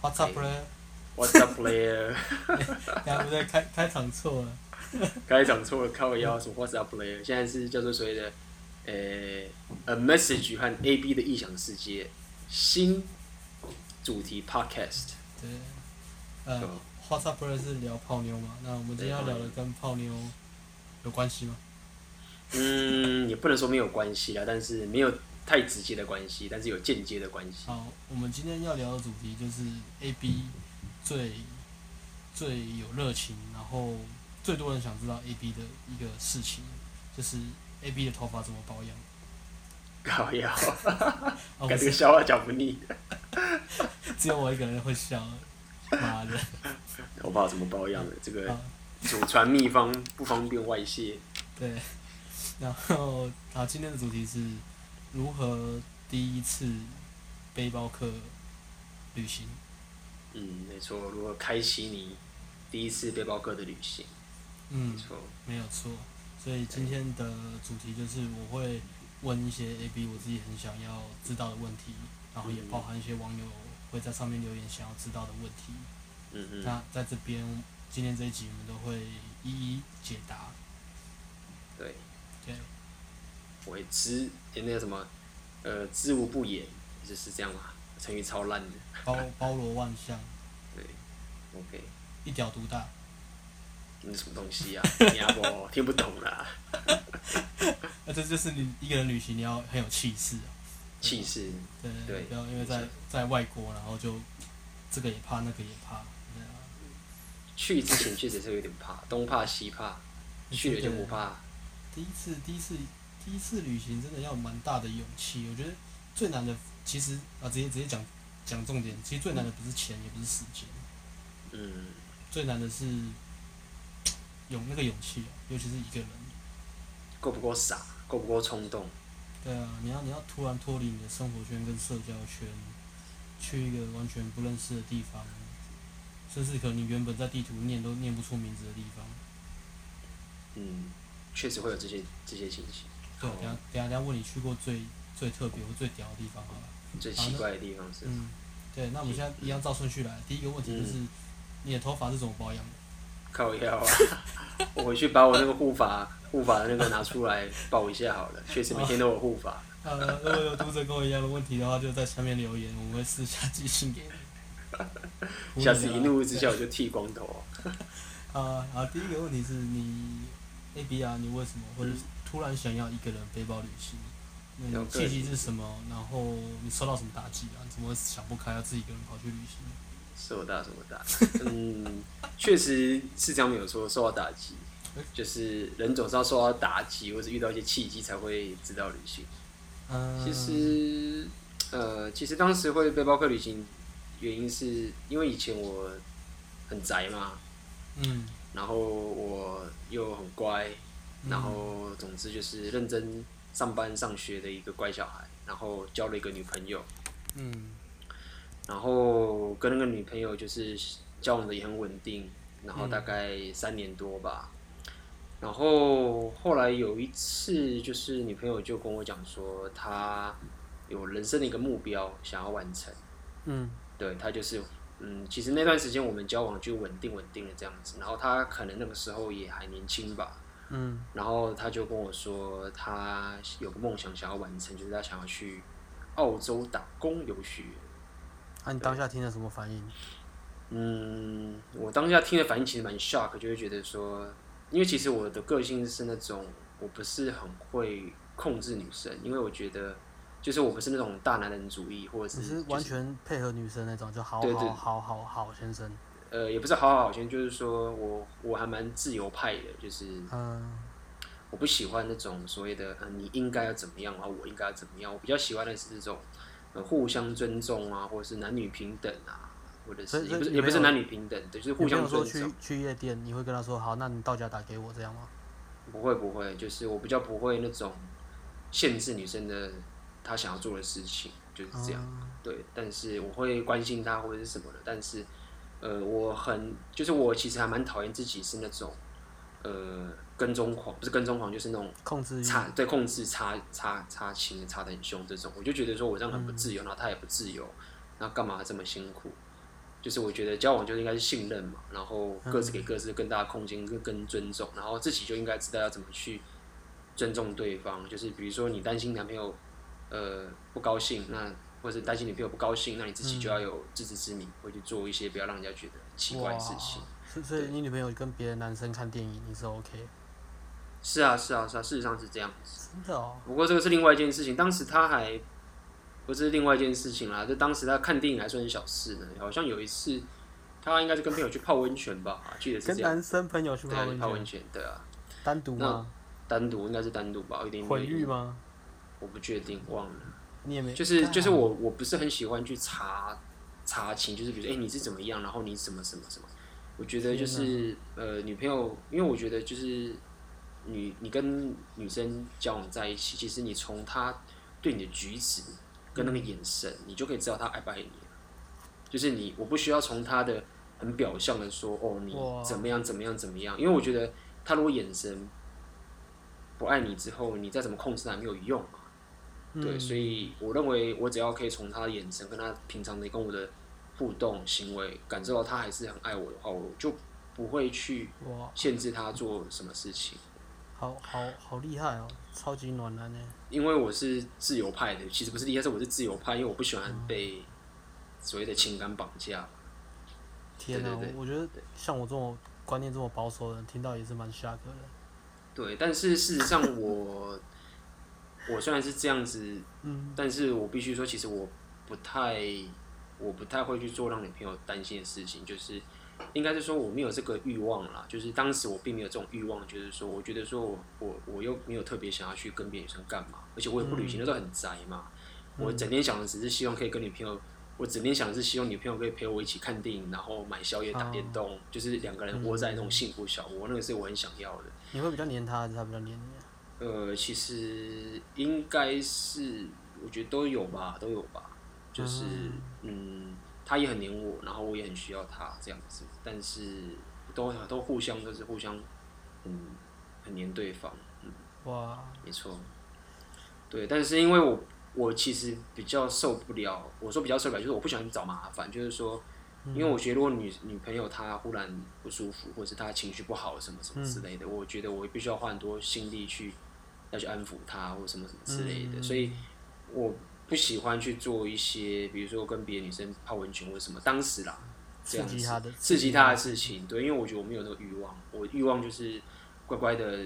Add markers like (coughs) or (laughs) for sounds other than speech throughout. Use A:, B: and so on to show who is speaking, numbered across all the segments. A: What's up 嘞？
B: What's up, player？
A: 呀，不对，开开场错了。
B: 刚才讲错了，靠腰什么 What's up, player？现在是叫做所谓的，呃、a message 和 AB 的异想世界新主题 podcast。
A: 对，呃
B: 就
A: ，What's up 嘞是聊泡妞嘛？那我们今天要聊的跟泡妞有关系吗？
B: 嗯，也不能说没有关系啦，但是没有太直接的关系，但是有间接的关系。
A: 好，我们今天要聊的主题就是 A B 最最有热情，然后最多人想知道 A B 的一个事情，就是 A B 的头发怎么保养。
B: 靠腰，
A: 哦，
B: (laughs)
A: 不
B: 感觉这个
A: 是，
B: 笑话讲不腻。
A: 只有我一个人会笑。妈的，
B: 头发怎么保养的？ (laughs) 这个
A: 好，
B: 祖传秘方不方便外泄。
A: 对，然后好，今天的主题是如何第一次背包客旅行。
B: 嗯，没错，如何开启你第一次背包客的旅行？没
A: 嗯，
B: 错。
A: 没有错。所以今天的主题就是我会问一些 A B 我自己很想要知道的问题，然后也
B: 嗯
A: 包含一些网友会在上面留言想要知道的问题。
B: 嗯嗯。
A: 那在这边今天这一集我们都会一一解答。
B: 对，
A: 对，
B: 我会知诶那个什么，呃，知无不言，就是这样嘛。成语超烂的。
A: 包包罗万象，
B: 对，OK，
A: 一屌独
B: (laughs)
A: 大。
B: 你什么东西
A: (laughs)
B: 啊？你阿伯听不懂啦，
A: 那呃这就是你一个人旅行你要很有气势啊。
B: 气势。
A: 对
B: 对
A: 不要因为
B: 没
A: 在
B: 错
A: 在外国，然后就这个也怕，那个也怕，对啊，
B: 去之前确实是有点怕，东怕西怕，去了就不怕。
A: 第一次，第一次，第一次旅行真的要蛮大的勇气。我觉得最难的其实啊，直接直接讲讲重点，其实最难的不是钱，也不是时间，
B: 嗯，
A: 最难的是有那个勇气啊，尤其是一个人。
B: 够不够傻，够不够冲动？
A: 对啊，你要你要突然脱离你的生活圈跟社交圈，去一个完全不认识的地方，甚至可能你原本在地图念都念不出名字的地方。
B: 嗯，确实会有这些这些情形。
A: 对，啊
B: 好
A: 等一下等一下等一下问你去过最最特别或最屌的地方好了。
B: 最奇怪的地方是，
A: 嗯，对，那我们现在一样照顺序来。第一个问题就是，
B: 嗯
A: 你的头发是怎么保养的？
B: 靠腰啊！ (laughs) 我回去把我那个护法护法的那个拿出来报一下好了，确实每天都有护法。
A: 呃，如果有读者跟我一样的问题的话，就在下面留言，我们会私下寄信给
B: (laughs)
A: 你。
B: 下次一
A: (laughs)
B: 怒之下我就剃光头。
A: 啊啊！第一个问题是你 A B 啊，你为什么会
B: 嗯
A: 突然想要一个人背包旅行？那
B: 有
A: 你
B: 个
A: 契
B: 人
A: 机是什么？然后你受到什么打击啊？你怎么会想不开要自己一个人跑去旅行？
B: 受到什么打？嗯，确实是这样，没有错，受到打击，
A: 嗯
B: 就是人总是要受到打击，或是遇到一些契机才会知道旅行。
A: 嗯，
B: 其实，呃，其实当时会背包客旅行，原因是因为以前我很宅嘛，
A: 嗯，
B: 然后我又很乖，
A: 嗯
B: 然后总之就是认真上班上学的一个乖小孩，然后交了一个女朋友，
A: 嗯
B: 然后跟那个女朋友就是交往的也很稳定，然后大概三年多吧。然后后来有一次，就是女朋友就跟我讲说，她有人生的一个目标想要完成。
A: 嗯
B: 对她就是，嗯，其实那段时间我们交往就稳定稳定的这样子。然后她可能那个时候也还年轻吧，
A: 嗯
B: 然后她就跟我说，她有个梦想想要完成，就是她想要去澳洲打工游学。
A: 那、啊你当下听了什么反应？
B: 嗯，我当下听的反应其实蛮 shock，就会觉得说，因为其实我的个性是那种我不是很会控制女生，因为我觉得就是我不是那种大男人主义，或者
C: 你
B: 是,、
C: 是完全配合女生那种，就好
B: 对对
C: 好好好好先生。
B: 呃也不是好好好先，就是说我我还蛮自由派的，就是
C: 嗯，
B: 我不喜欢那种所谓的呃你应该要怎么样，然后我应该要怎么样，我比较喜欢的是这种呃互相尊重啊，或者是男女平等啊，或者
C: 所
B: 是
C: 以
B: 也
C: 所
B: 不是
C: 以
B: 也不是
C: 你没
B: 男
C: 有
B: 女平等，啊
A: 嗯
B: 对，就是
C: 你
B: 互
C: 没
B: 相
C: 有
B: 尊
C: 说
B: 重
C: 去。去夜店，你会跟他说好，那你到家打给我这样吗？
B: 不会不会，就是我比较不会那种限制女生的她想要做的事情，就是这
A: 哦
B: 样。
A: 嗯
B: 对，但是我会关心她或者是什么的，但是呃，我很就是我其实还蛮讨厌自己是那种呃跟踪狂，不是跟踪狂，就是那种
C: 控
A: 嗯
C: 制欲。
B: 差对控制差差差情差的很凶这种，我就觉得说我这样很不自由，然后她也不自由，那干嘛这么辛苦？就是我觉得交往就应该是信任嘛，然后各自给各自更大的空间跟跟尊重，然后自己就应该知道要怎么去尊重对方。就是比如说你担心男朋友呃不高兴，那或者担心女朋友不高兴，那你自己就要有自知之明，会去做一些不要让人家觉得奇怪的事情。
A: 所以所以你女朋友跟别的男生看电影，你是 OK？
B: 是啊，是啊，是啊，事实上是这样子。
A: 真的哦，
B: 不过这个是另外一件事情，当时他还不是另外一件事情啦，就当时他看电影还算是小事呢。好像有一次，他应该是跟朋友去泡温泉吧，啊记得是
A: 跟
B: 这样。
A: 男生朋友去
B: 对
A: 泡
B: 啊，
A: 温
B: 泡温
A: 泉，
B: 泉，对啊，
A: 单独吗？
B: 单独应该是单独吧，有点
A: 混浴吗？
B: 我不确定，忘了。
A: 你也没
B: 就是
A: 干
B: 就是我我不是很喜欢去查查情，就是比如说哎、你是怎么样，然后你什么什么什么，我觉得就是呃女朋友，因为我觉得就是女你跟女生交往在一起，其实你从她对你的举止跟那个眼神，你就可以知道她爱不爱你了。就是你我不需要从她的很表象的说哦你
A: 哇
B: 怎么样怎么样怎么样，因为我觉得她如果眼神不爱你之后，你再怎么控制她也没有用嘛。对，
A: 嗯
B: 所以我认为我只要可以从他的眼神跟他平常的跟我的互动行为感受到他还是很爱我的话，我就不会去
A: 哇，
B: 限制他做什么事情，
A: 好好好厉害哦，超级暖男呢。
B: 因为我是自由派的，其实不是厉害，是我是自由派，因为我不喜欢被所谓的情感绑架。
A: 天哪、
B: 对对对
A: 我我觉得像我这种观念这么保守的人，听到也是蛮 shock 的。
B: 对，但是事实上我我虽然是这样子，
A: 嗯，
B: 但是我必须说，其实我不太，我不太会去做让女朋友担心的事情，就是应该是说我没有这个欲望啦。就是当时我并没有这种欲望，就是说我觉得说我我我又没有特别想要去跟别的女生干嘛，而且我也不旅行，那时候很宅嘛。我整天想的只是希望可以跟女朋友，我整天想的是希望女朋友可以陪我一起看电影，然后买宵夜、打电动，就是两个人窝在那种幸福小窝，那个是我很想要的。
A: 你会比较黏他，还是他比较黏你啊？
B: 呃，其实应该是，我觉得都有吧，都有吧。就是，嗯，他也很黏我，然后我也很需要他这样子，但是都都互相都是互相，嗯，很黏对方，
A: 哇，
B: 没错。对，但是因为我我其实比较受不了，我说比较受不了，就是我不喜欢找麻烦，就是说，因为我觉得如果女女朋友她忽然不舒服，或者是她情绪不好什么什么之类的，我觉得我必须要花很多心力去要去安抚她或什么什么之类的，所以我不喜欢去做一些，比如说跟别的女生泡温泉或什么，当时啦，这
A: 刺
B: 样子
A: 激他的，
B: 刺激他的嗯事情，对，因为我觉得我没有那个欲望，我欲望就是乖乖的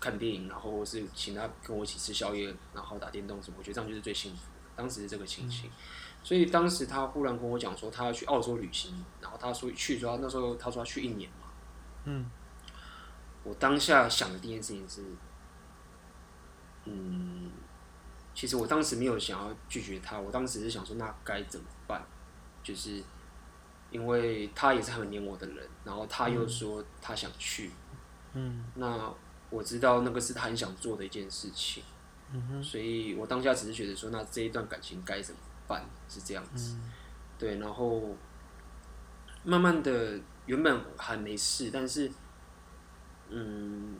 B: 看电影，然后是请他跟我一起吃宵夜，然后打电动什么，我觉得这样就是最幸福的。当时是这个情形，所以当时他忽然跟我讲说他要去澳洲旅行，然后他说去说那时候他说他去一年嘛，
A: 嗯，
B: 我当下想的第一件事情是，嗯，其实我当时没有想要拒绝他，我当时是想说那该怎么办，就是因为他也是很黏我的人，然后他又说他想去，
A: 嗯，
B: 那我知道那个是他很想做的一件事情，
A: 嗯哼，
B: 所以我当下只是觉得说，那这一段感情该怎么办？是这样子，
A: 嗯
B: 对，然后慢慢的，原本还没事，但是，嗯，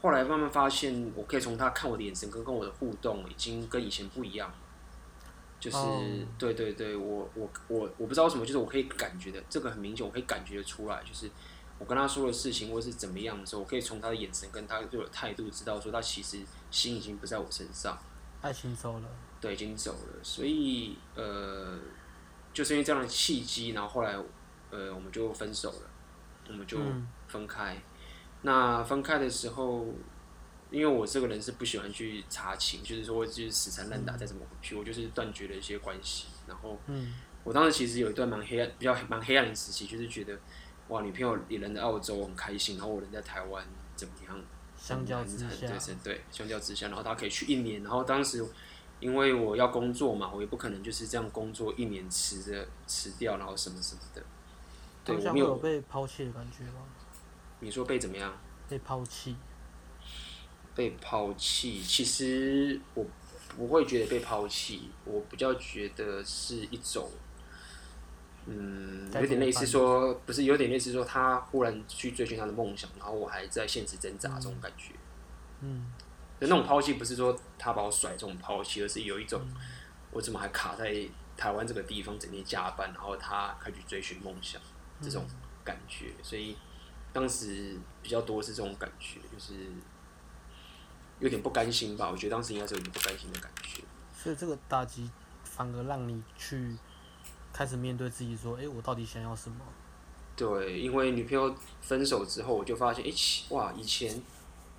B: 后来慢慢发现，我可以从他看我的眼神跟跟我的互动，已经跟以前不一样了。就是、
A: 哦
B: 对对对，我我我我不知道为什么，就是我可以感觉的，这个很明显，我可以感觉得出来，就是我跟他说的事情或是怎么样的时候，我可以从他的眼神跟他对我的态度知道，说他其实心已经不在我身上，
A: 爱情走了，
B: 对，已经走了。所以呃，就是因为这样的契机，然后后来呃，我们就分手了，我们就
A: 嗯
B: 分开。那分开的时候，因为我这个人是不喜欢去查情，就是说我就是死缠烂打，再怎么回去，我就是断绝了一些关系，然后。
A: 嗯，
B: 我当时其实有一段蛮黑暗、比较蛮黑暗的时期，就是觉得哇，女朋友也人在澳洲，我很开心，然后我人在台湾怎么样？
A: 相较之
B: 很
A: 下，
B: 对是对，相较之下，然后她可以去一年，然后当时因为我要工作嘛，我也不可能就是这样工作一年辞着辞掉，然后什么什么的。对
A: 好
B: 我
A: 像
B: 没
A: 会有
B: 有，
A: 被抛弃的感觉吧？
B: 你说被怎么样？
A: 被抛弃，
B: 被抛弃？其实我不会觉得被抛弃，我比较觉得是一种，嗯，
A: 该
B: 有
A: 怎
B: 点
A: 么
B: 类似
A: 办
B: 说，不是有点类似说，他忽然去追寻他的梦想，然后我还在现实挣扎这种感觉。
A: 嗯，
B: 那种抛弃不是说他把我甩这种抛弃，而是有一种我怎么还卡在台湾这个地方整天加班，然后他开始追寻梦想这种感觉，所以当时比较多是这种感觉，就是有点不甘心吧。我觉得当时应该是有点不甘心的感觉。
A: 所以这个打击反而让你去开始面对自己，说，哎、我到底想要什么？
B: 对，因为女朋友分手之后，我就发现，哎、奇哇，以前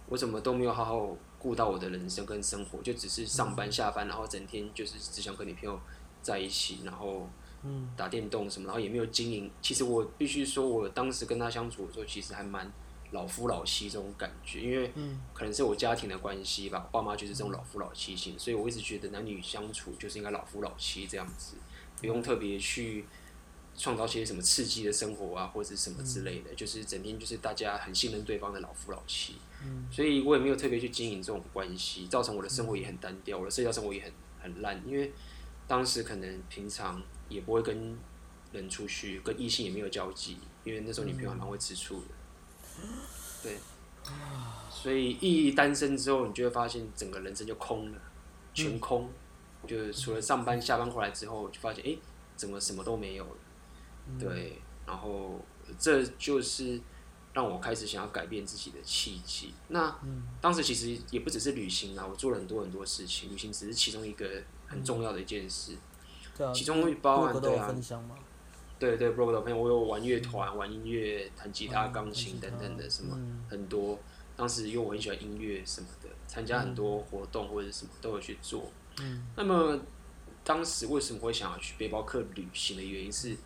B: 我怎么都没有好好顾到我的人生跟生活，就只是上
A: 嗯
B: 班下班，然后整天就是只想跟女朋友在一起，然后
A: 嗯
B: 打电动什么，然后也没有经营。其实我必须说，我当时跟她相处的时候，其实还蛮老夫老妻这种感觉，因为
A: 嗯
B: 可能是我家庭的关系吧，我爸妈就是这种老夫老妻型，所以我一直觉得男女相处就是应该老夫老妻这样子，不用特别去创造些什么刺激的生活啊，或者什么之类的，就是整天就是大家很信任对方的老夫老妻，
A: 嗯
B: 所以我也没有特别去经营这种关系，造成我的生活也很单调，我的社交生活也很很烂，因为当时可能平常也不会跟人出去，跟异性也没有交际，因为那时候女朋友还蛮会吃醋的，对，所以一单身之后，你就会发现整个人生就空了，全空，就是除了上班下班回来之后，就发现哎、诶怎么什么都没有了。
A: 嗯，
B: 对，然后这就是让我开始想要改变自己的契机。那
A: 嗯
B: 当时其实也不只是旅行啊，我做了很多很多事情，旅行只是其中一个很重要的一件事。
A: 对啊，
B: 其中会包含
A: 各个都
B: 对
A: 有
B: 啊
A: 分，享嘛，
B: 嗯对对 b r o 的朋友，我有玩乐团、玩音乐、弹吉他、
A: 嗯
B: 钢琴等等的什么
A: 嗯
B: 很多。当时因为我很喜欢音乐什么的，参加很多活动或者是什么都有去做。
A: 嗯
B: 那么当时为什么会想要去背包客旅行的原因是，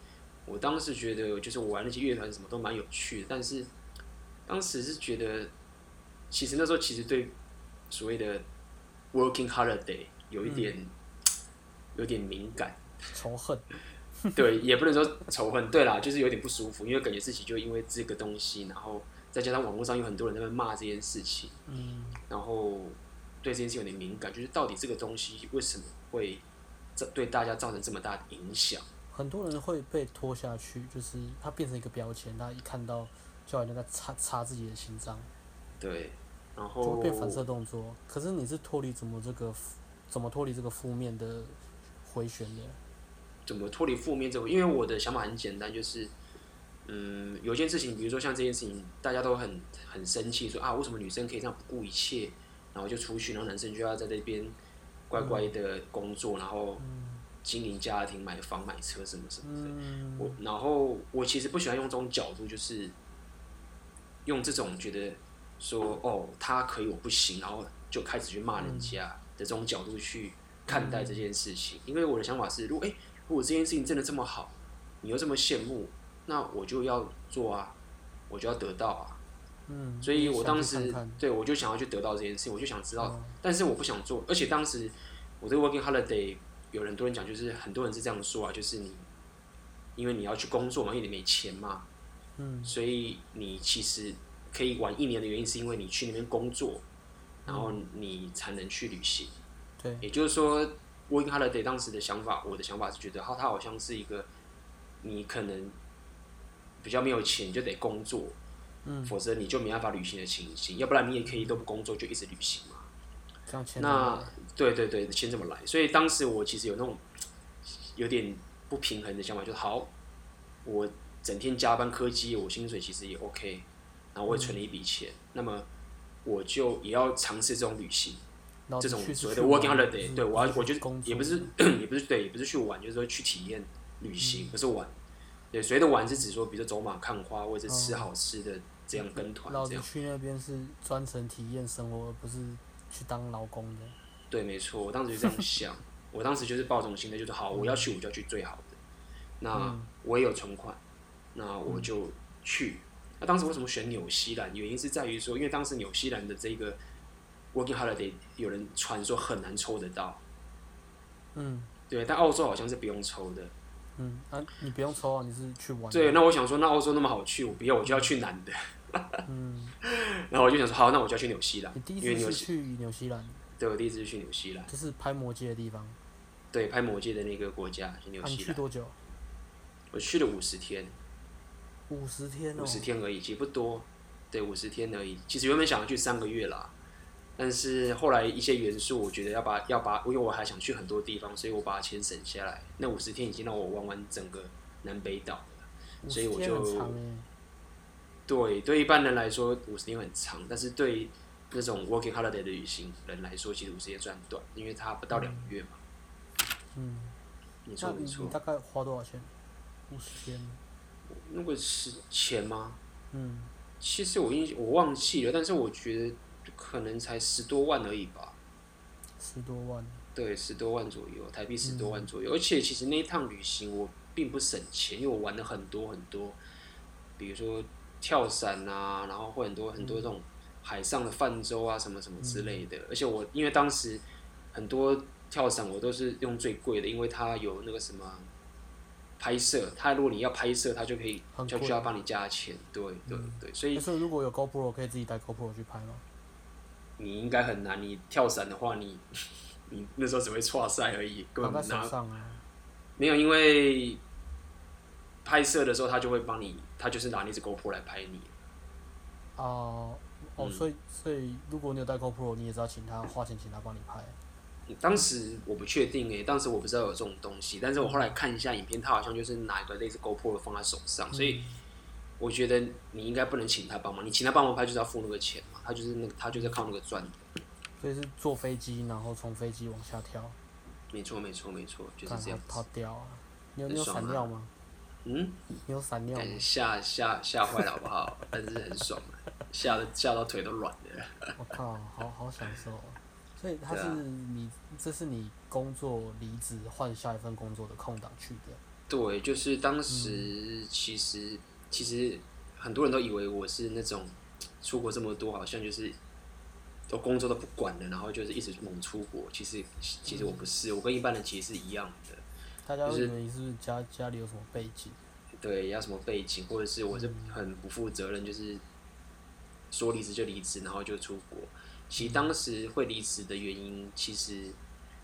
B: 我当时觉得就是我玩那些乐团什么都蛮有趣的，但是当时是觉得，其实那时候其实对所谓的 working holiday 有一点、有点敏感，
A: 仇恨，
B: 对，也不能说仇恨，对啦，就是有点不舒服，因为感觉自己就因为这个东西，然后再加上网络上有很多人在那边骂这件事情。
A: 嗯
B: 然后对这件事有点敏感，就是到底这个东西为什么会这对大家造成这么大的影响？
A: 很多人会被拖下去，就是他变成一个标签，他一看到就好像在擦擦自己的心脏，
B: 对，然
A: 就
B: 后
A: 会变反射动作。可是你是脱离怎么这个怎么脱离这个负面的回旋的？
B: 怎么脱离负面这个？因为我的想法很简单，就是嗯，有一件事情，比如说像这件事情，大家都很很生气，说啊，为什么女生可以这样不顾一切，然后就出去，然后男生就要在这边乖乖的工作，然后经营家庭、买房、买车什么什么的。
A: 嗯
B: 我然后我其实不喜欢用这种角度，就是用这种觉得说哦他可以我不行，然后就开始去骂人家的这种角度去看待这件事情。因为我的想法是，如果哎、如果这件事情真的这么好，你又这么羡慕，那我就要做啊，我就要得到啊。
A: 嗯，
B: 所以我当
A: 想
B: 时
A: 去看看
B: 对我就想要去得到这件事情，我就想知道
A: 嗯，
B: 但是我不想做，而且当时我对 working holiday 有很多人讲，就是很多人是这样说啊，就是你因为你要去工作嘛，因为你没钱嘛，
A: 嗯
B: 所以你其实可以晚一年的原因是因为你去那边工作，然后
A: 嗯
B: 你才能去旅行。
A: 对
B: 也就是说，Working Holiday 当时的想法，我的想法是觉得，它它好像是一个你可能比较没有钱就得工作，
A: 嗯，
B: 否则你就没办法旅行的情形，要不然你也可以都不工作就一直旅行嘛。
A: 这样签
B: 那对对对，钱怎么来？所以当时我其实有那种有点不平衡的想法，就是好，我整天加班科技业，我薪水其实也 OK，然后我也存了一笔钱，那么我就也要尝试这种旅行，
A: 老
B: 这
A: 子
B: 种
A: 去是
B: 所谓
A: 去
B: 的 working
A: 玩
B: holiday，对我要我就
A: 去工作
B: 也不是也不是对，也不是去玩，就是说去体验旅
A: 嗯
B: 行，不是玩。对，所谓的玩是指说，比如说走马看花，或者是吃
A: 哦
B: 好吃的，这样跟团
A: 老
B: 这
A: 子
B: 样。
A: 去那边是专程体验生活，而不是去当劳工的。
B: 对，没错，我当时就这样
A: (laughs)
B: 想，我当时就是抱这种心态，就是好，
A: 嗯
B: 我要去我就要去最好的。那我也有存款，那
A: 嗯
B: 我就去。那当时为什么选纽西兰？原因是在于说，因为当时纽西兰的这个 working holiday 有人传说很难抽得到，
A: 嗯
B: 对，但澳洲好像是不用抽的。
A: 嗯，啊，你不用抽啊，你是去玩。
B: 对，，那我想说，那澳洲那么好去，我不要，我就要去南的。
A: 嗯，
B: (laughs) 然后我就想说，好，那我就要去纽西兰
A: 你第，一
B: 因为纽
A: 次是
B: 西，
A: 去纽西兰，
B: 对我第一次是去纽西兰，
A: 就是拍魔戒的地方。啊，
B: 对，拍《魔戒》的那个国家是纽
A: 你
B: 西
A: 去
B: 兰，
A: 多久？
B: 我去了五十天。
A: 五十天哦
B: 五。十天而已，其实不多，对，五十天而已。其实原本想要去三个月啦，但是后来一些元素，我觉得要把要把，因为我还想去很多地方，所以我把钱省下来。那五十天已经让我玩完整个南北岛了，所以我
A: 50天
B: 就
A: 很长哎，
B: 对，对一般人来说，五十天很长，但是对那种 working holiday 的旅行人来说，其实五十天算短，因为它不到两个月嘛。
A: 嗯，
B: 没
A: 那
B: 错，没
A: 你
B: 错
A: 你。大概花多少钱？五十天，
B: 那个是钱吗？
A: 嗯，
B: 其实我印我忘记了，但是我觉得可能才十多万而已吧。
A: 十多万，
B: 对，十多万左右，台币十多
A: 嗯
B: 万左右。而且其实那一趟旅行我并不省钱，因为我玩了很多很多，比如说跳伞啊，然后会很多很
A: 嗯
B: 多这种海上的泛舟啊，什么什么之类的。而且我因为当时很多跳伞我都是用最贵的，因为它有那个什么拍摄，它如果你要拍摄，它就可以
A: 很
B: 就
A: 贵
B: 就要帮你加钱。对对对，所以
A: 可是如果有 GoPro，可以自己带 GoPro 去拍吗？
B: 你应该很难。你跳伞的话，你 (laughs) 你那时候只会错赛而已，根
A: 绑在
B: 本拿
A: 手上啊，
B: 没有，因为拍摄的时候他就会帮你，他就是拿那只 GoPro 来拍你。
A: 哦哦，
B: 嗯
A: 所以所以如果你有带 GoPro，你也是要请他花钱请他帮你拍，
B: 当时我不确定诶、欸当时我不知道有这种东西，但是我后来看一下影片，他好像就是拿一个类似 GoPro 放在手上，所以我觉得你应该不能请他帮忙，你请他帮忙拍就是要付那个钱嘛，他就是那个他就是靠那个赚的。
A: 所以是坐飞机，然后从飞机往下跳，
B: 没错，没错，没错，就是
A: 干
B: 这
A: 好
B: 样
A: 好
B: 子。
A: 屌啊！你有
B: 很
A: 你有
B: 爽
A: 闪
B: 啊
A: 尿吗？
B: 嗯，
A: 你有闪尿
B: 嗯
A: 吗？
B: 吓吓吓坏了好不好？但是很爽啊，吓得吓到腿都软了。
A: 我靠，好好享受哦。所以他
B: 对
A: 是
B: 啊
A: 你，这是你工作离职换下一份工作的空档去的。
B: 对，就是当时其实、其实很多人都以为我是那种出国这么多，好像就是都工作都不管了，然后就是一直猛出国。其实其实我不是，我跟一般人其实是一样的。
A: 大家
B: 就
A: 会
B: 是
A: 以为你是不是家家里有什么背景？
B: 对，要什么背景，或者是我是很不负责任，就是说离职就离职，然后就出国。其实当时会离职的原因，其实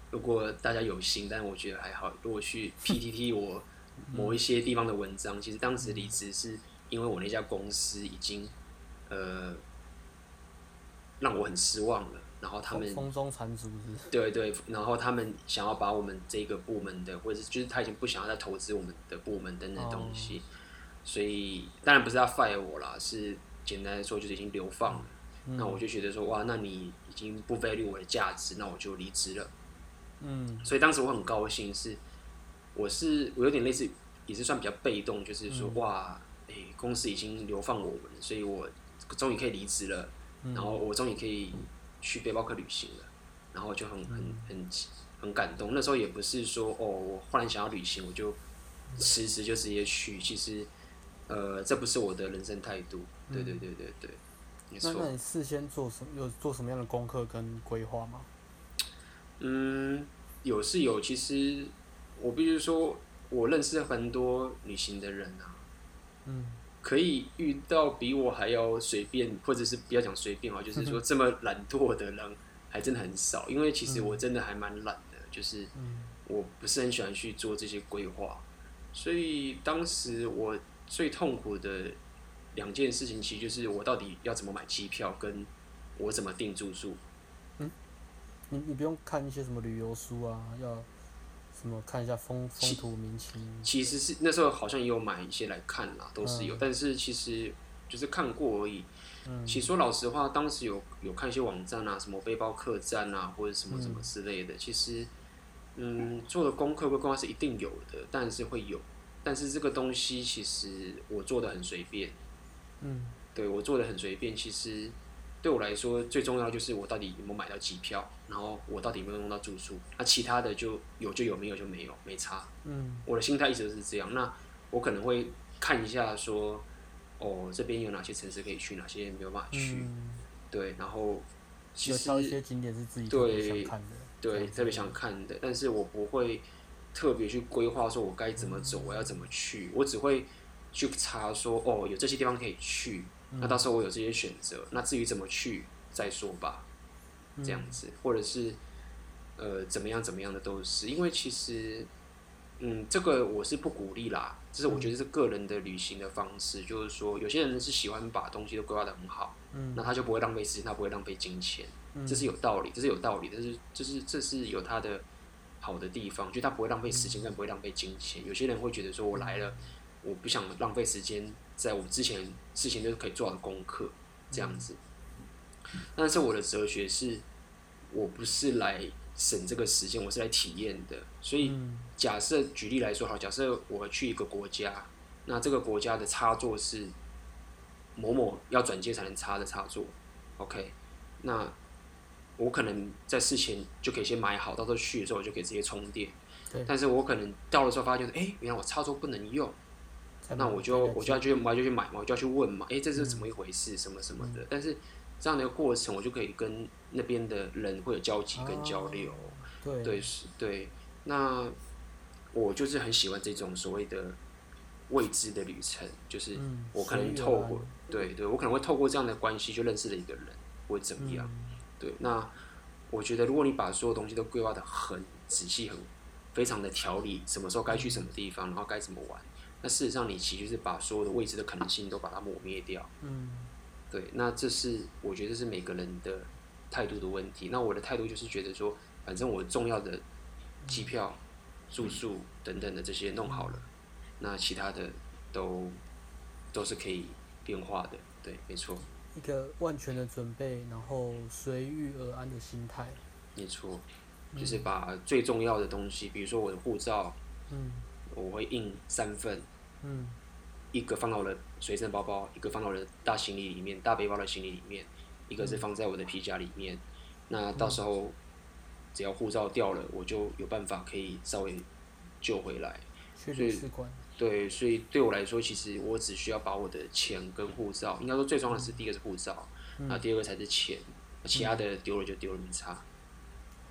B: 如果大家有心，但我觉得还好。如果去 PTT 我某一些地方的文章，其实当时离职是因为我那家公司已经呃让我很失望了，然后他
A: 风
B: 们
A: 风中残烛是不是？
B: 对对，然后他们想要把我们这个部门的，或者是就是他已经不想要再投资我们的部门等等东西，所以当然不是他 fire 我啦，是简单来说就是已经流放了。那我就觉得说，哇，那你已经不 value 我的价值，那我就离职了。
A: 嗯
B: 所以当时我很高兴是，我是我有点类似，也是算比较被动，就是说、哇，哎、公司已经流放我们了，所以我终于可以离职了，然后我终于可以去背包客旅行了，然后就很很很很感动。那时候也不是说哦，我忽然想要旅行我就辞职就直接去，其实呃，这不是我的人生态度。对对对对对，没
A: 那
B: 错。
A: 那你事先做什有做什么样的功课跟规划吗？
B: 嗯，有是有，其实我必须说，我认识很多旅行的人啊，
A: 嗯，
B: 可以遇到比我还要随便，或者是不要讲随便啊，就是说这么懒惰的人，还真的很少。因为其实我真的还蛮懒的，就是我不是很喜欢去做这些规划，所以当时我最痛苦的两件事情，其实就是我到底要怎么买机票，跟我怎么订住宿。
A: 你你不用看一些什么旅游书啊，要什么看一下风风
B: 其
A: 土民情。
B: 其实是那时候好像也有买一些来看啦，都是有，但是其实就是看过而已。
A: 嗯
B: 其实说老实话，当时有有看一些网站啊，什么背包客栈啊，或者什么什么之类的。其实，嗯，做的功课规划是一定有的，但是会有，但是这个东西其实我做的很随便，
A: 嗯
B: 对我做的很随便。其实对我来说，最重要就是我到底有没有买到机票，然后我到底有没有用到住宿，那、其他的就有就有，没有就没有，没差。
A: 嗯
B: 我的心态一直都是这样。那我可能会看一下说，哦，这边有哪些城市可以去，哪些没有办法去，
A: 嗯，
B: 对，然后其
A: 有挑一
B: 实
A: 些景点是自己特别
B: 对
A: 想看的。
B: 对特别想看的，但是我不会特别去规划说我该怎么走，我要怎么去，我只会去查说，哦，有这些地方可以去，那到时候我有这些选择，那至于怎么去再说吧，这样子，或者是呃怎么样怎么样的都是，因为其实嗯，这个我是不鼓励啦，这是我觉得是个人的旅行的方式，就是说有些人是喜欢把东西都规划得很好，
A: 嗯，
B: 那他就不会浪费时间，他不会浪费金钱，
A: 嗯
B: 这是有道理，这是有道理，这是这是这是有他的好的地方，就他不会浪费时
A: 嗯
B: 间，但不会浪费金钱。有些人会觉得说我来了，我不想浪费时间在我之前事情都可以做好的功课这样子，
A: 嗯
B: 但是我的哲学是，我不是来省这个时间，我是来体验的，所以。
A: 嗯
B: 假设举例来说，好，假设我去一个国家，那这个国家的插座是某某要转接才能插的插座，OK，那我可能在事前就可以先买好，到时候去的时候我就可以直接充电
A: 对。
B: 但是我可能到的时候发现，哎、原来我插座不能用，
A: 嗯
B: 那我就我就要去，我就去买嘛，我就要去问嘛，哎、这是怎么一回事，什么什么的。但是这样的过程，我就可以跟那边的人会有交集跟交流。
A: 哦啊对
B: 对，是，对。那我就是很喜欢这种所谓的未知的旅程，就是
A: 嗯
B: 我可
A: 随
B: 能
A: 遇
B: 透
A: 而
B: 过，对对，我可能会透过这样的关系就认识了一个人，或者怎么样。对，那我觉得如果你把所有东西都规划的很仔细、很非常的条理，什么时候该去什么地方，然后该怎么玩，那事实上你其实就是把所有的未知的可能性都把它抹灭掉。
A: 嗯
B: 对，那这是我觉得这是每个人的态度的问题。那我的态度就是觉得说，反正我重要的机票、住宿等等的这些弄好了，那其他的都都是可以变化的。对，没错，
A: 一个万全的准备，然后随遇而安的心态，
B: 没错，就是把最重要的东西，比如说我的护照，
A: 嗯
B: 我会印三份，
A: 嗯
B: 一个放到我的随身包包，一个放到我的大行李里面，大背包的行李里面，一个是放在我的皮夹里面。那到时候只要护照掉了，我就有办法可以稍微救回来。
A: 去
B: 所以
A: 领事馆，
B: 对，所以对我来说，其实我只需要把我的钱跟护照，应该说最重要的是第一个是护照，
A: 嗯
B: 然后第二个才是钱，其他的丢了就丢了，没差。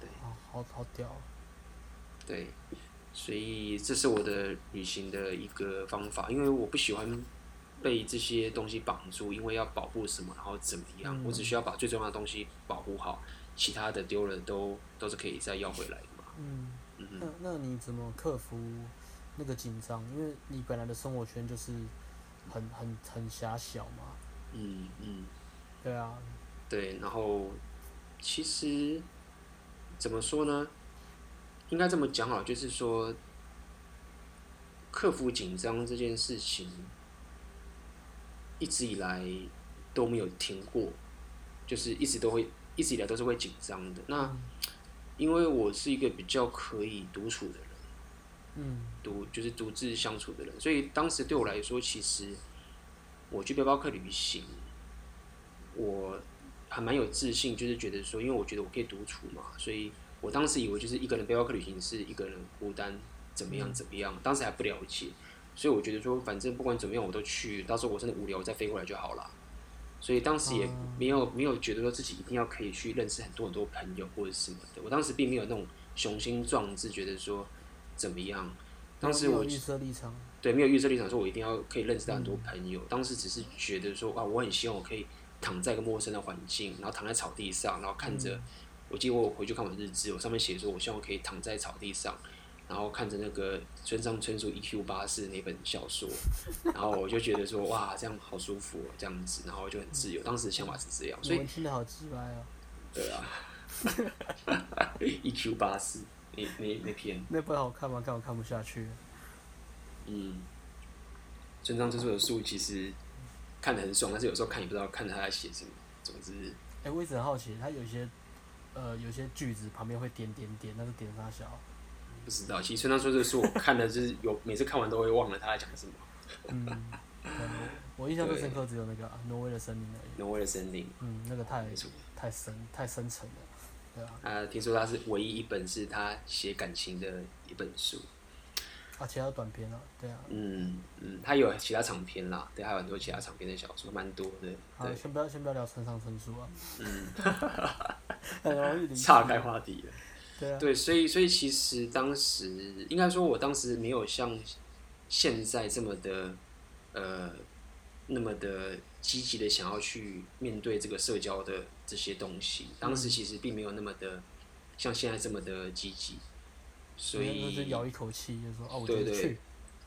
A: 哦，好好屌哦，
B: 对，所以这是我的旅行的一个方法，因为我不喜欢被这些东西绑住，因为要保护什么，然后怎么样，我只需要把最重要的东西保护好，其他的丢了都都是可以再要回来的嘛。
A: 嗯，
B: 嗯
A: 那
B: 哼，
A: 那你怎么克服那个紧张？因为你本来的生活圈就是很很很狭小嘛，
B: 嗯嗯，
A: 对啊，
B: 对，然后其实怎么说呢？应该这么讲好，就是说克服紧张这件事情，一直以来都没有停过，就是一直都会，一直以来都是会紧张的。那因为我是一个比较可以独处的人，
A: 嗯
B: 独就是独自相处的人，所以当时对我来说，其实我去背包客旅行，我还蛮有自信，就是觉得说，因为我觉得我可以独处嘛，所以我当时以为就是一个人背包客旅行是一个人孤单怎么样怎么样，当时还不了解，所以我觉得说，反正不管怎么样我都去，到时候我真的无聊我再飞回来就好了。所以当时也没有没有觉得说自己一定要可以去认识很多很多朋友或者什么的，我当时并没有那种雄心壮志，觉得说怎么样。当时
A: 没有
B: 我
A: 预设立场，
B: 对，没有预设立场，说我一定要可以认识到很多朋友。当时只是觉得说啊，我很希望我可以躺在一个陌生的环境，然后躺在草地上，然后看着。我记得我回去看我的日志，我上面写说，我希望我可以躺在草地上，然后看着那个村上春树《E.Q. 八四》那本小说，然后我就觉得说哇，这样好舒服、哦，这样子，然后就很自由。当时的想法是这样，所
A: 你
B: 以
A: 们听的好鸡掰啊！
B: 对啊， (laughs) 《E.Q. 八四》那那那篇，
A: 那本好看吗？看我看不下去了。
B: 嗯，村上春树的书其实看得很爽，但是有时候看也不知道看他在写什么。总之，
A: 哎、我一直很好奇，它有些呃有些句子旁边会点点点，但是点啥小？
B: 不知道。其实村上春树的书我看了，就是有每次看完都会忘了他在讲什么。
A: 嗯，对我印象最
B: 对
A: 深刻只有那个啊、挪威的森林而已。
B: 挪威的森林，
A: 嗯，那个太
B: 没错。
A: 太深太深沉了，对啊，
B: 啊，听说他是唯一一本是他写感情的一本书。
A: 而且还有短篇啊，对啊。
B: 嗯嗯，他有其他长篇啦，对，还有很多其他长篇的小说，蛮多的。
A: 好，
B: 对，
A: 先不要先不要聊村上春树啊， (laughs) 嗯，很容易理
B: 岔开话题了。
A: 对啊，
B: 对，所以所以其实当时应该说，我当时没有像现在这么的呃那么的积极的想要去面对这个社交的这些东西。当时其实并没有那么的像现在这么的积极，所以
A: 就咬一口气，就说哦，我
B: 对
A: 就
B: 对
A: 去。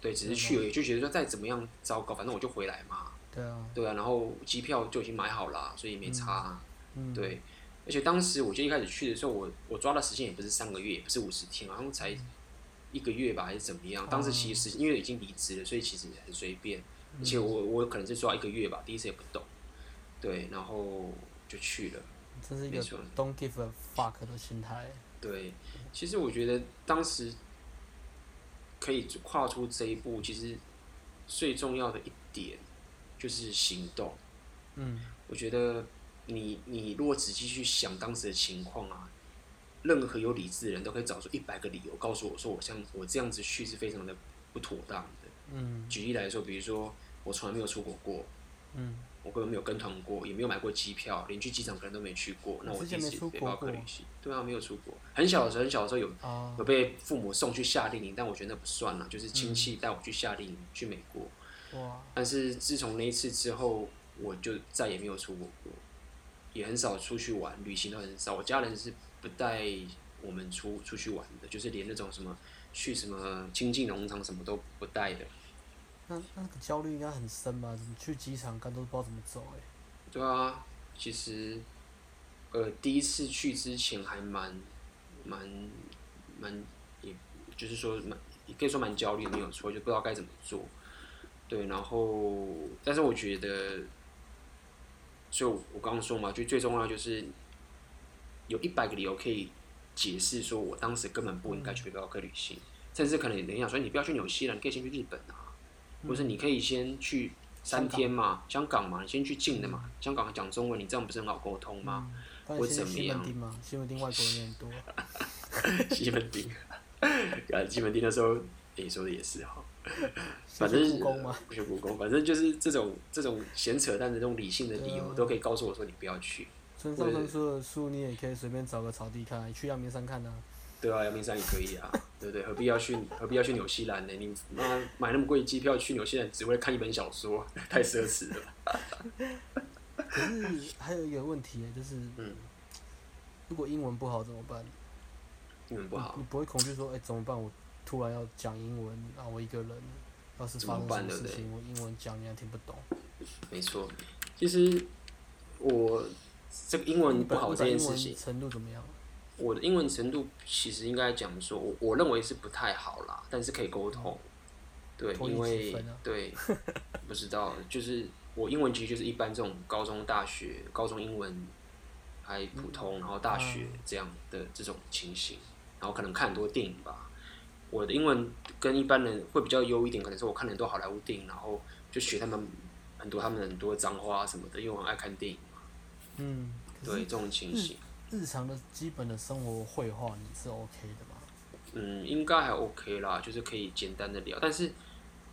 B: 对，只是去而已，就觉得说再怎么样糟糕，反正我就回来嘛。
A: 对啊，
B: 对啊，然后机票就已经买好啦，所以没差啊、
A: 嗯，
B: 对，而且当时我记得一开始去的时候，我我抓的时间也不是三个月，也不是五十天，好像才一个月吧，还是怎么样。当时其实因为已经离职了，所以其实很随便，而且我我可能是抓一个月吧，第一次也不懂，对，然后就去了。
A: 这是一个
B: 没错
A: don't give a fuck 的心态。
B: 对，其实我觉得当时可以跨出这一步，其实最重要的一点就是行动。
A: 嗯，
B: 我觉得你你如果仔细去想当时的情况啊，任何有理智的人都可以找出一百个理由告诉我说，我像我这样子去是非常的不妥当的。
A: 嗯
B: 举例来说，比如说我从来没有出国过，
A: 嗯，
B: 我根本没有跟团过，也没有买过机票，连去机场可能都没去过。那我
A: 之
B: 第一
A: 前没
B: 次
A: 出
B: 背
A: 国
B: 包客旅
A: 过
B: 行，对啊，没有出国。很小的时候，很小的时候有
A: 啊
B: 有，被父母送去夏令营，但我觉得那不算了，就是
A: 嗯
B: 亲戚带我去夏令营、去美国。
A: 哇，
B: 但是自从那一次之后，我就再也没有出过国，也很少出去玩，旅行都很少。我家人是不带我们出出去玩的，就是连那种什么去什么亲近农场什么都不带的。
A: 那那个焦虑应该很深吧？你去机场，干都不知道怎么走哎、
B: 对啊，其实，呃，第一次去之前还蛮蛮蛮，也就是说蛮，也可以说蛮焦虑的，没有错，就不知道该怎么做。对，然后，但是我觉得，所以我我刚刚说嘛，就最重要就是有一百个理由可以解释说我当时根本不应该去背包客旅行，甚至可能有人想说你不要去纽西兰，你可以先去日本啊，或者是你可以先去三天嘛，香港嘛，你先去近的嘛，香港讲中文，你这样不是很好沟通吗？
A: 但
B: 我
A: 是
B: 怎么
A: 西
B: 样
A: 门町嘛，西门町外国人也很多。嗯
B: 西门町， (laughs) 啊，西门町那时候你、诶说的也是哈，
A: 先
B: 反正
A: 去故宫嘛，
B: 不学故宫，反正就是这种这种闲扯淡的这种理性的理由，
A: 对啊
B: 都可以告诉我说你不要去。
A: 村上春树的书你也可以随便找个草地看，去阳明山
B: (laughs)
A: 看啊。
B: 对啊，阳明山也可以啊，对不对？何必要去何必要去纽西兰呢？你妈买那么贵的机票去纽西兰，只为了看一本小说，太奢侈了。
A: 可是还有一个问题、欸就是，
B: 嗯
A: 如果英文不好怎么办？
B: 英文不好
A: (laughs) 你，你不会恐惧说，哎、怎么办？我突然要讲英文，然后我一个人，要是发
B: 怎么
A: 生什
B: 办
A: 么
B: 对不
A: 事
B: 对
A: 情，我英文讲你还听不懂。
B: 没错。其实我这个英文
A: 你
B: 哦不
A: 本
B: 好
A: 你
B: 这
A: 本
B: 件
A: 英
B: 事
A: 文
B: 情，
A: 程度怎么样？
B: 我的英文程度其实应该讲说，我我认为是不太好啦，但是可以沟通。对，
A: 多一
B: 因
A: 嗯几
B: 为
A: 分啊
B: 对，不知道，就是我英文其实就是一般这种高中、大学、高中英文还
A: 嗯
B: 普通，然后大学
A: 啊
B: 这样的这种情形，然后可能看很多电影吧。我的英文跟一般人会比较优一点，可能是我看了很多好莱坞电影，然后就学他们很多他们很多脏话啊什么的，因为我很爱看电影嘛。
A: 嗯，可
B: 对，
A: 是嗯
B: 这种情形。
A: 日常的基本的生活绘画你是 OK 的嘛？
B: 嗯，应该还 OK 啦，就是可以简单的聊。但是，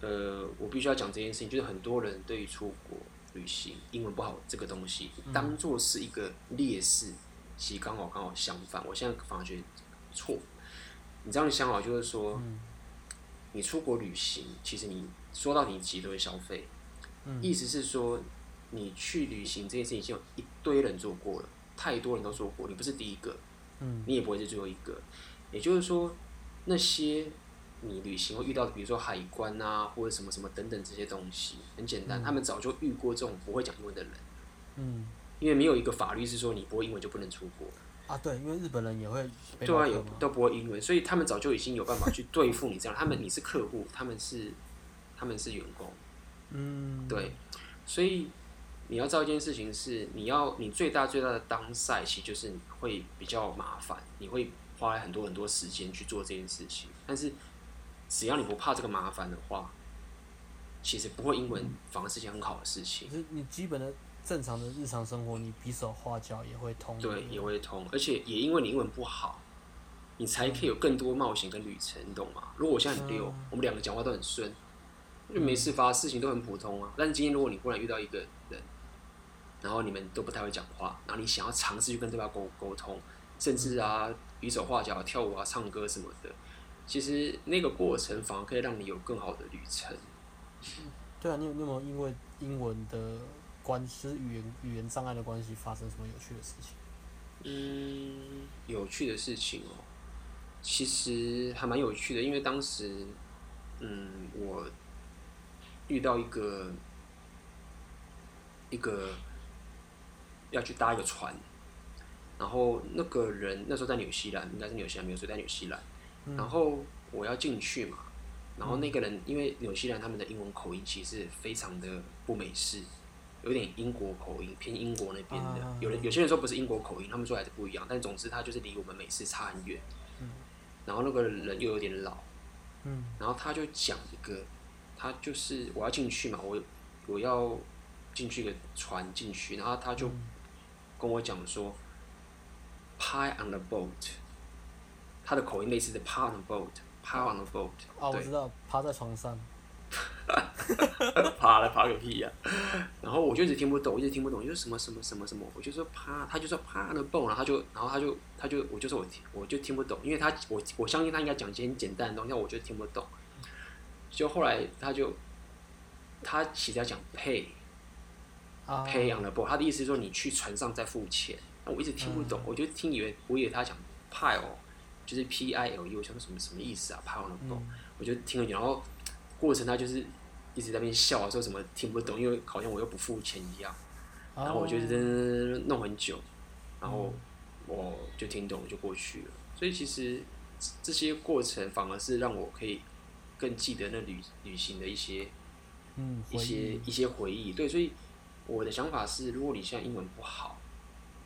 B: 呃，我必须要讲这件事情，就是很多人对于出国旅行英文不好这个东西，
A: 嗯
B: 当做是一个劣势，其实刚好刚好相反。我现在反而觉得错。你这样想好，就是说，
A: 嗯
B: 你出国旅行，其实你说到底其实都会消费，
A: 嗯
B: 意思是说，你去旅行这件事情，已经有一堆人做过了，太多人都做过，你不是第一个，
A: 嗯
B: 你也不会是最后一个。也就是说，那些你旅行会遇到的，比如说海关啊，或者什么什么等等这些东西，很简单，他们早就遇过这种不会讲英文的人，
A: 嗯
B: 因为没有一个法律是说你不会英文就不能出国，
A: 啊，对，因为日本人也会背
B: 对
A: 包
B: 啊，也
A: 客嘛。
B: 都不会英文，所以他们早就已经有办法去对付你这样。他们你是客户，他们是他们是员工，
A: 嗯，
B: 对，所以你要知道一件事情是，你要你最大最大的 downside 其实就是你会比较麻烦，你会花很多很多时间去做这件事情。但是只要你不怕这个麻烦的话，其实不会英文反而是件很好的事情
A: 可。是你基本的正常的日常生活，你比手画脚也会通。
B: 对，也会通，而且也因为你英文不好，你才可以有更多冒险跟旅程，你懂吗？如果我现在很溜，我们两个讲话都很顺，就没事发，事情都很普通啊。但是今天如果你忽然遇到一个人，然后你们都不太会讲话，然后你想要尝试去跟对方沟沟通，甚至啊比手画脚、跳舞啊、唱歌什么的，其实那个过程反而可以让你有更好的旅程。
A: 对啊，你有你有没有因为英文的关系，就是语言语言障碍的关系，发生什么有趣的事情？
B: 嗯，有趣的事情哦。其实还蛮有趣的，因为当时，嗯，我遇到一个一个要去搭一个船，然后那个人那时候在纽西兰，应该是纽西兰，没有谁在纽西兰，然后我要进去嘛，然后那个人因为纽西兰他们的英文口音其实非常的不美式，有点英国口音，偏英国那边的。
A: 啊
B: 有人有些人说不是英国口音，他们说还是不一样，但总之他就是离我们美式差很远。然后那个人又有点老，
A: 嗯，
B: 然后他就讲一个，他就是我要进去嘛，我我要进去一个船进去，然后他就跟我讲说、pie on the boat，他的口音类似的 pie on the boat，pie on the boat，、
A: 哦，我
B: 对
A: 知，道，趴在床上，
B: (laughs) 爬了爬个屁呀、然后我就一直听不懂，一直听不懂，就是什么什么什么什么，我就说啪，他就说啪的蹦，然后他就，然后他就，他就，我就说我听，我就听不懂，因为他我我相信他应该讲一些很简单的东西，但我就听不懂。就后来他就，他其实要讲 pay
A: 啊，
B: pay on the boat，他的意思是说你去船上再付钱，那我一直听不懂，我就听以为我以为他讲 pile，就是 p i l e，我想说什么什么意思啊，pile on the boat，、我就听了，然后过程他就是一直在那边笑啊，说什么听不懂，因为好像我又不付钱一样。
A: 哦
B: 然后我就扔弄很久，然后我就听懂，我就过去了。所以其实这这些过程反而是让我可以更记得那旅旅行的一些
A: 嗯，
B: 一
A: 回
B: 些
A: 忆，
B: 一些回忆。对，所以我的想法是，如果你现在英文不好，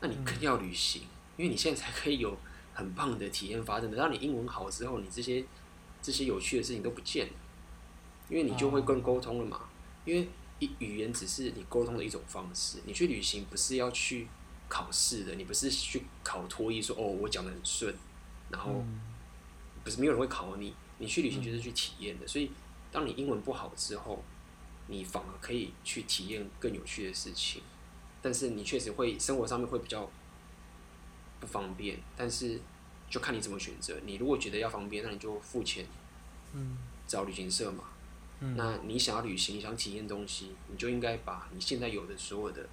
B: 那你
A: 嗯
B: 更要旅行，因为你现在才可以有很棒的体验发生。等到你英文好之后，你这些这些有趣的事情都不见了，因为你就会
A: 哦
B: 更沟通了嘛。因为一语言只是你沟通的一种方式，你去旅行不是要去考试的，你不是去考托一说哦，我讲的很顺，然后、
A: 嗯
B: 不是没有人会考你，你去旅行就是去体验的。所以当你英文不好之后，你反而可以去体验更有趣的事情，但是你确实会生活上面会比较不方便，但是就看你怎么选择。你如果觉得要方便，那你就付钱
A: 嗯
B: 找旅行社嘛。
A: 嗯
B: 那你想要旅行，你想体验东西，你就应该把你现在有的所有的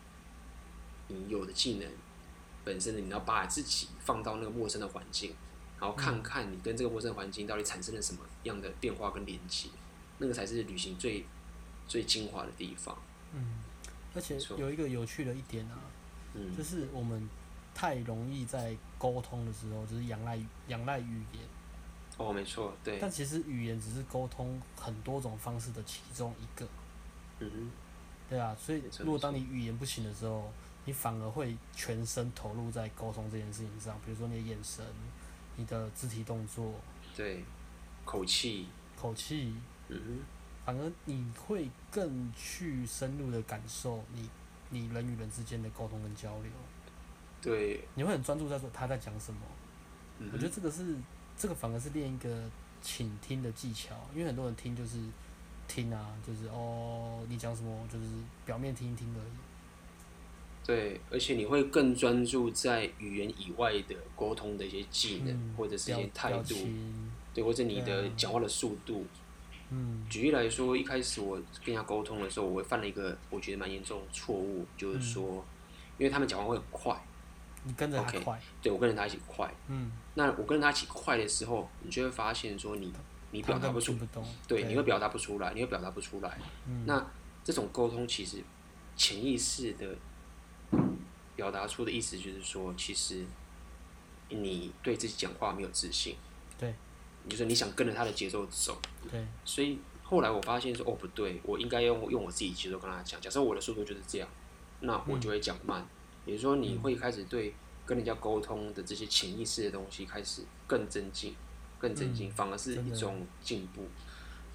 B: 你有的技能本身的，你要把自己放到那个陌生的环境，然后
A: 嗯
B: 看看你跟这个陌生的环境到底产生了什么样的变化跟连接，那个才是旅行最最精华的地方。
A: 嗯，而且
B: 没错
A: 有一个有趣的一点啊，
B: 嗯
A: 就是我们太容易在沟通的时候，就是仰赖仰赖语言，
B: 哦，没错，对，
A: 但其实语言只是沟通很多种方式的其中一个，
B: 嗯
A: 对啊，所以
B: 没错
A: 如果当
B: 没
A: 你语言不行的时候，你反而会全身投入在沟通这件事情上，比如说你的眼神、你的肢体动作、
B: 哼，对，口气，
A: 口气，
B: 嗯
A: 反而你会更去深入的感受你你人与人之间的沟通跟交流，
B: 哼，对，
A: 你会很专注在说他在讲什么。
B: 嗯
A: 我
B: 哼
A: 觉得这个是这个反而是练一个倾听的技巧，因为很多人听就是听啊，就是哦你讲什么就是表面听一听而已。
B: 对，而且你会更专注在语言以外的沟通的一些技能，
A: 嗯，
B: 或者是一些
A: 表
B: 态
A: 表
B: 度，
A: 情
B: 对，或者你
A: 对
B: 的
A: 啊
B: 讲话的速度。
A: 嗯
B: 举例来说，一开始我跟人家沟通的时候，我犯了一个我觉得蛮严重的错误，
A: 嗯
B: 就是说，因为他们讲话会很快，
A: 你跟着他
B: OK
A: 快
B: 对我跟着他一起快。
A: 嗯，
B: 那我跟着他一起快的时候，你就会发现说你你
A: 他
B: 表
A: 们
B: 达
A: 根
B: 不
A: 本
B: 出
A: 听不懂，
B: 对，你会表达不出来，你会表达不出来。
A: 嗯
B: 那这种沟通其实潜意识的表达出的意思就是说，其实你对自己讲话没有自信，
A: 对
B: 你就是你想跟着他的节奏走。
A: 对，
B: 所以后来我发现说，哦，不对，我应该用用我自己节奏跟他讲。假设我的速度就是这样，那我就会讲慢。也就是说，你
A: 嗯
B: 会开始对跟人家沟通的这些潜意识的东西开始更增进，更增进，
A: 嗯
B: 反而是
A: 真
B: 一
A: 的
B: 种进步。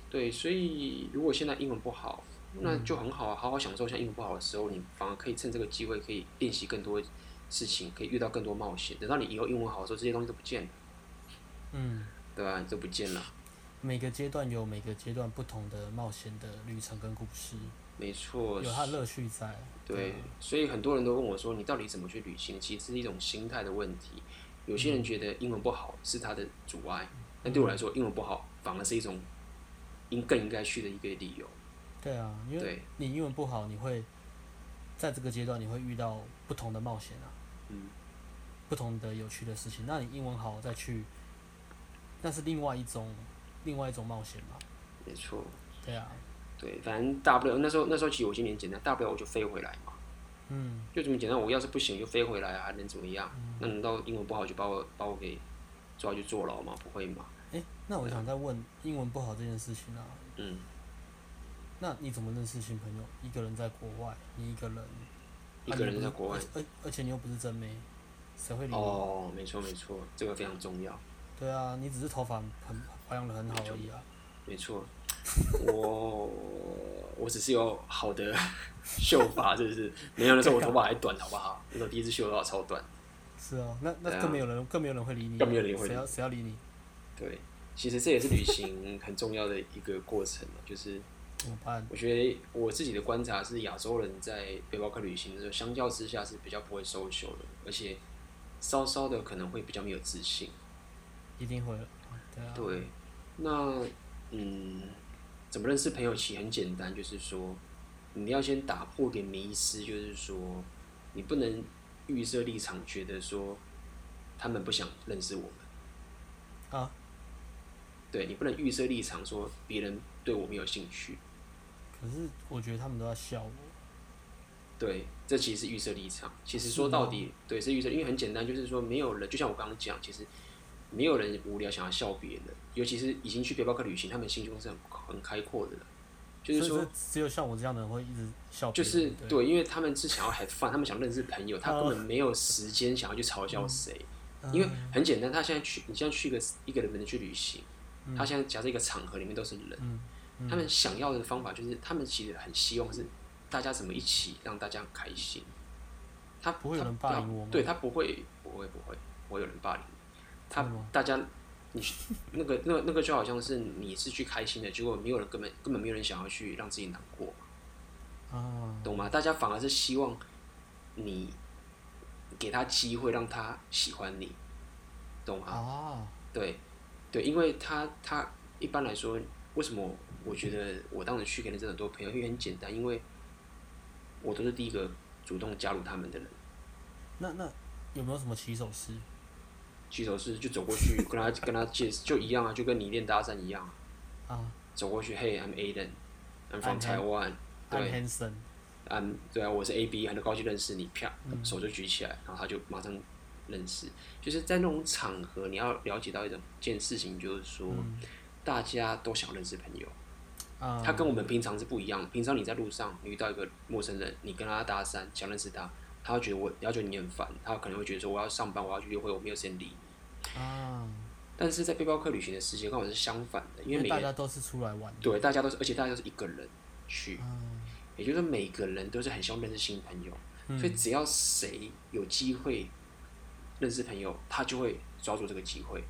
B: 对，所以如果现在英文不好，那
A: 嗯
B: 就很好啊，好好享受一下英文不好的时候，你反而可以趁这个机会可以练习更多事情，可以遇到更多冒险。等到你以后英文好的时候，这些东西都不见了，
A: 嗯。
B: 对吧、你都不见了。
A: 每个阶段有每个阶段不同的冒险的旅程跟故事，
B: 没错，
A: 有它的乐趣在。
B: 对，
A: 啊
B: 所以很多人都问我说，你到底怎么去旅行？其实是一种心态的问题。有
A: 嗯
B: 些人觉得英文不好是他的阻碍，但对我来说，英文不好反而是一种应更应该去的一个理由。
A: 对啊，因为
B: 对，
A: 你英文不好，你会在这个阶段你会遇到不同的冒险啊，
B: 嗯，
A: 不同的有趣的事情。那你英文好再去那是另外一种另外一种冒险嘛。
B: 没错，
A: 对啊，
B: 对，反正大不了那时候那时候其实我心里很简单，大不了我就飞回来嘛，
A: 嗯，
B: 就这么简单。我要是不行就飞回来啊，还能怎么样？那难道英文不好就把我把我给抓去坐牢吗？不会嘛，
A: 诶，那我想
B: 啊
A: 再问英文不好这件事情啊，
B: 嗯。
A: 那你怎么认识新朋友？一个人在国外，你一个人，
B: 一
A: 啊
B: 个
A: 你又
B: 人在
A: 不是
B: 国外，
A: 而而而且你又不是真妹，谁会理你？
B: 哦，没错没错，这个非常重要，
A: 对啊，你只是头发很保养的很好而已啊。
B: 没错。我我只是有好的 (laughs) 秀发，是不是？没有那时候我头发还短，好不好？那时候第一次秀的头发超短，
A: 是啊，那那
B: 对啊
A: 更没有人，更没有人会理你，啊
B: 更没有人会理
A: 谁要谁要理你？
B: 对。其实这也是旅行很重要的一个过程嘛，就是
A: 怎么办？
B: 我觉得我自己的观察是，亚洲人在背包客旅行的时候，相较之下是比较不会 social 的，而且稍稍的可能会比较没有自信。
A: 一定会的，对啊，
B: 对，那嗯，怎么认识朋友其实很简单，就是说你要先打破点迷思，就是说你不能预设立场，觉得说他们不想认识我们。
A: 啊，
B: 对你不能预设立场，说别人对我没有兴趣。
A: 可是我觉得他们都在笑我，
B: 对，这其实是预设立场。其实
A: 是
B: 说
A: 哦
B: 到
A: 吗
B: 底，对是预设，因为很简单，就是说没有人，就像我刚刚讲，其实没有人无聊想要笑别人，尤其是已经去背包客旅行，他们心胸是很很开阔的了。就是
A: 所以
B: 说，
A: 这只有像我这样的人会一直笑别
B: 就
A: 人，
B: 是
A: 对，啊
B: 对，因为他们是想要 have fun，他们想认识朋友，他根本没有时间想要去嘲
A: 嗯
B: 笑谁。因为很简单，他现在去，你现在去一个一个人可能去旅行，他现在假设一个场合里面都是人，
A: 嗯嗯
B: 他们想要的方法就是，他们其实很希望是大家怎么一起让大家开心。他
A: 不会有人
B: 他
A: 霸凌我吗
B: 对他不会，不会不会，不会有人霸凌你。他
A: 真的吗
B: 大家，你去那个那个那个就好像是你是去开心的，结果没有人根本根本没有人想要去让自己难过。
A: 啊，
B: 懂吗？大家反而是希望你给他机会，让他喜欢你，懂吗？
A: 啊，
B: 对，对，因为他他一般来说，为什么我觉得我当时去跟了这很多朋友，因为很简单，因为我都是第一个主动加入他们的人，
A: 那那有没有什么起手式？
B: 举手是就走过
A: (laughs)
B: 去跟他跟他介就一样啊，就跟你练搭讪一样啊，
A: 啊
B: 走过去，Hey，I'm Aiden，I'm from
A: I'm Han-
B: Taiwan，对
A: ，I'm handsome，
B: 嗯，对啊，我是 A B，很高兴认识你，啪，
A: 嗯
B: 手就举起来，然后他就马上认识。就是在那种场合，你要了解到一种一件事情，就是说，
A: 嗯
B: 大家都想认识朋友，
A: 啊，
B: 他跟我们平常是不一样的。平常你在路上你遇到一个陌生人，你跟他搭讪，想认识他，他会觉得我，他会觉得你很烦，他可能会觉得说我要上班，我要去约会，我没有时间理你。
A: 啊，
B: 但是在背包客旅行的世界刚好是相反的，因为
A: 因
B: 每
A: 为
B: 个
A: 大
B: 人
A: 家都是出来玩的，
B: 对大家都是，而且大家都是一个人去，
A: 啊，
B: 也就是说每个人都是很希望认识新朋友。
A: 嗯
B: 所以只要谁有机会认识朋友，他就会抓住这个机会。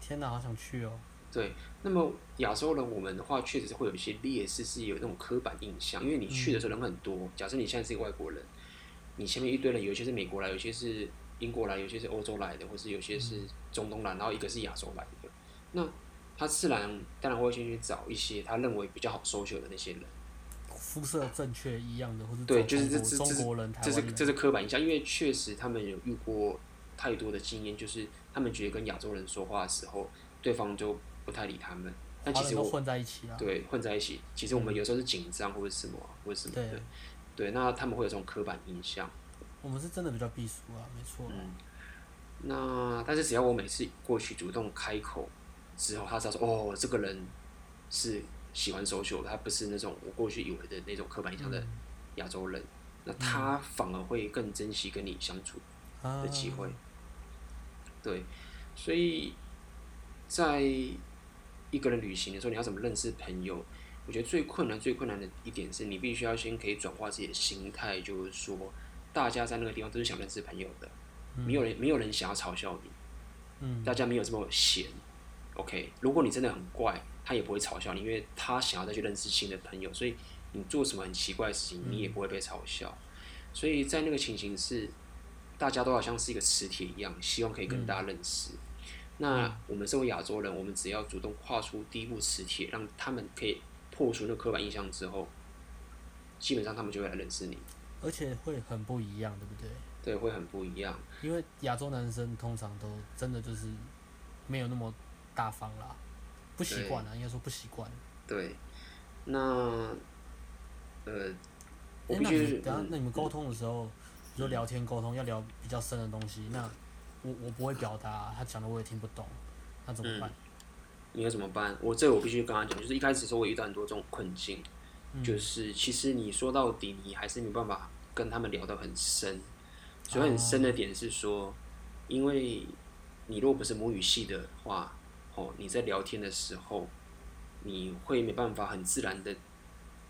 A: 天哪，好想去哦，
B: 对，那么亚洲人我们的话，确实是会有一些劣势，是有那种刻板印象，因为你去的时候人很多。假设你现在是一个外国人，你前面一堆人，有一些是美国来，有一些是英国来，有一些是欧洲来的，或是有些是中东来，然后一个是亚洲来的。那他自然当然会先去找一些他认为比较好 social 的那些人。
A: 肤色正确一样的，或者
B: 对，
A: 走
B: 就是这
A: 中
B: 这这
A: 国中
B: 是
A: 国人、台
B: 这是
A: 湾人，
B: 这是刻板印象，因为确实他们有遇过太多的经验，就是他们觉得跟亚洲人说话的时候，对方就不太理他们。但
A: 华
B: 其
A: 人
B: 实
A: 都
B: 我
A: 混在一起啊，
B: 对混在一起，其实我们有时候是紧张或者什么啊或者什么
A: 对
B: 的，对，那他们会有这种刻板印象。
A: 我们是真的比较避暑啊，没错啊，
B: 嗯，那但是只要我每次过去主动开口之后，他知道说哦，这个人是喜欢 social，的他不是那种我过去以为的那种刻板印象
A: 嗯
B: 的亚洲人，那他反而会更珍惜跟你相处
A: 啊
B: 的机会。对，所以在一个人旅行的时候，你要怎么认识朋友？我觉得最困难、最困难的一点是你必须要先可以转化自己的心态，就是说，大家在那个地方都是想认识朋友的，没有人没有人想要嘲笑你，
A: 嗯，
B: 大家没有这么闲。OK，如果你真的很怪，他也不会嘲笑你，因为他想要再去认识新的朋友，所以你做什么很奇怪的事情，你也
A: 嗯
B: 不会被嘲笑。所以在那个情形是，大家都好像是一个磁铁一样，希望可以跟大家认识。那我们身为亚洲人，我们只要主动跨出第一步磁铁，让他们可以破除那个刻板印象之后，基本上他们就会来认识你，
A: 而且会很不一样，对不对？
B: 对，会很不一样。
A: 因为亚洲男生通常都真的就是没有那么大方啦，不习惯啊啦，应该说不习惯。
B: 对，那呃，我必
A: 诶哎那
B: 须
A: 你等下
B: 嗯
A: 那你们沟通的时候，比如说聊天沟通要聊比较深的东西，那我我不会表达，他讲的我也听不懂，那怎么办？
B: 嗯你要怎么办？我这我必须跟他讲，就是一开始的时候我遇到很多这种困境，
A: 嗯
B: 就是其实你说到底，你还是没办法跟他们聊得很深。所以很深的点是说，因为你如果不是母语系的话，哦，你在聊天的时候，你会没办法很自然的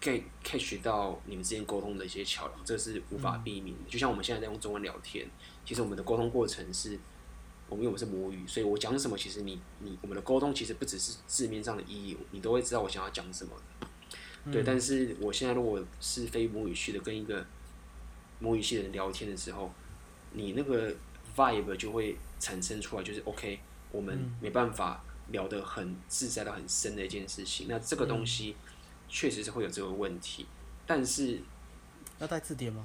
B: get catch 到你们之间沟通的一些桥梁，这是无法避免的。就像我们现在在用中文聊天，其实我们的沟通过程是，我们因为我们是母语，所以我讲什么，其实你你我们的沟通其实不只是字面上的意义，你都会知道我想要讲什么的。对，但是我现在如果是非母语系的跟一个母语系的人聊天的时候，你那个 vibe 就会产生出来，就是 OK，我们没办法聊得很自在到很深的一件事情。那这个东西确实是会有这个问题，但是
A: 要带字典吗？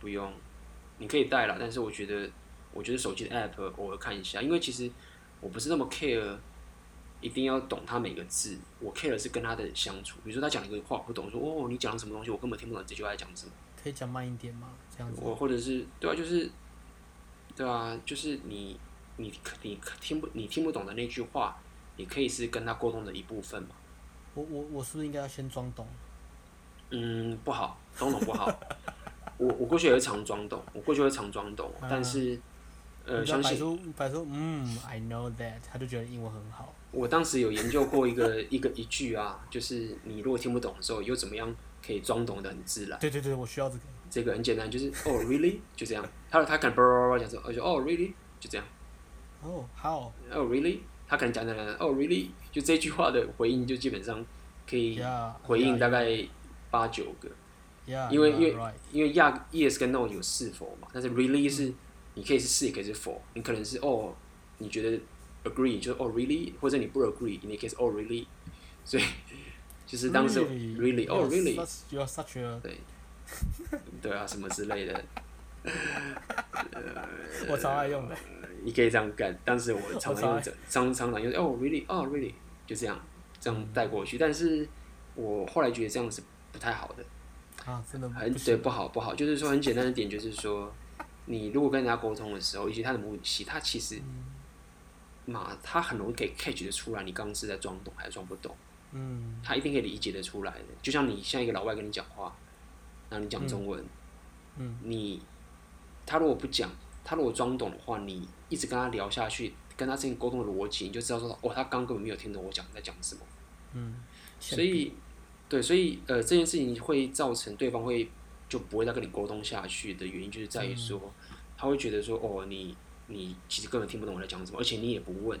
B: 不用，你可以带啦，但是我觉得，我觉得手机的 app 偶尔看一下，因为其实我不是那么 care，一定要懂他每个字，我 care 的是跟他的相处。比如说他讲一个话我不懂，我说哦你讲了什么东西，我根本听不懂你这句话在讲什么。
A: 可以讲慢一点吗？这样子。
B: 我或者是对啊，就是对啊，就是你你你听不你听不懂的那句话，你可以是跟他沟通的一部分嘛。
A: 我我我是不是应该要先装懂？
B: 嗯，不好，装懂不
A: (laughs)
B: 好。我我过去也会常装懂，我过去会常装懂，但是呃，
A: 你知
B: 相
A: 道摆
B: 信
A: 出摆出嗯，I know that，他就觉得英文很好。
B: 我当时有研究过一个 (laughs) 一个一句啊，就是你如果听不懂的时候，又怎么样可以装懂的很自然？
A: 对对对，我需要这个。
B: 这个很简单，就是哦、really 就这样。他他可能叭叭叭叭讲说，我就哦、really 就这样，
A: 哦，好
B: 哦、really，他可能讲讲讲，哦、really，就这句话的回应就基本上可以
A: ，Yeah，
B: 回应大概八九个。
A: Yeah，
B: 因为
A: yeah，
B: 因为
A: right
B: 因为 yeah yes 跟 no 有是否嘛，但是 really 是你可以是是也可以是否，你可能是哦，你觉得 agree 就是哦 really，或者你不 agree，你也可以是哦 really，所以 (laughs) 就是当时 really 哦 really，
A: you are such a，
B: 对， (laughs) 对啊什么之类的，呃
A: 我超爱用的。
B: 你可以这样干。当时我常常
A: 我
B: 用这，常常常用哦 really 哦 really 就这样这样带过去，但是我后来觉得这样是不太好的。
A: 啊，真的
B: 很
A: 不
B: 对
A: 行。
B: 不好不好，就是说很简单的点就是说，你如果跟人家沟通的时候，以及他的母语系，他其实
A: 嗯
B: 嘛，他很容易可以 catch 得出来，你刚刚是在装懂还是装不懂，
A: 嗯，
B: 他一定可以理解得出来的。就像你像一个老外跟你讲话，然后你讲中文，
A: 嗯
B: 你他如果不讲，他如果装懂的话，你一直跟他聊下去，跟他之间沟通的逻辑，你就知道说，哦，他刚根本没有听懂我讲在讲什么。
A: 欠
B: 所以，对，所以呃，这件事情会造成对方会就不会再跟你沟通下去的原因，就是在于说，他会觉得说，哦，你你其实根本听不懂我在讲什么，而且你也不问，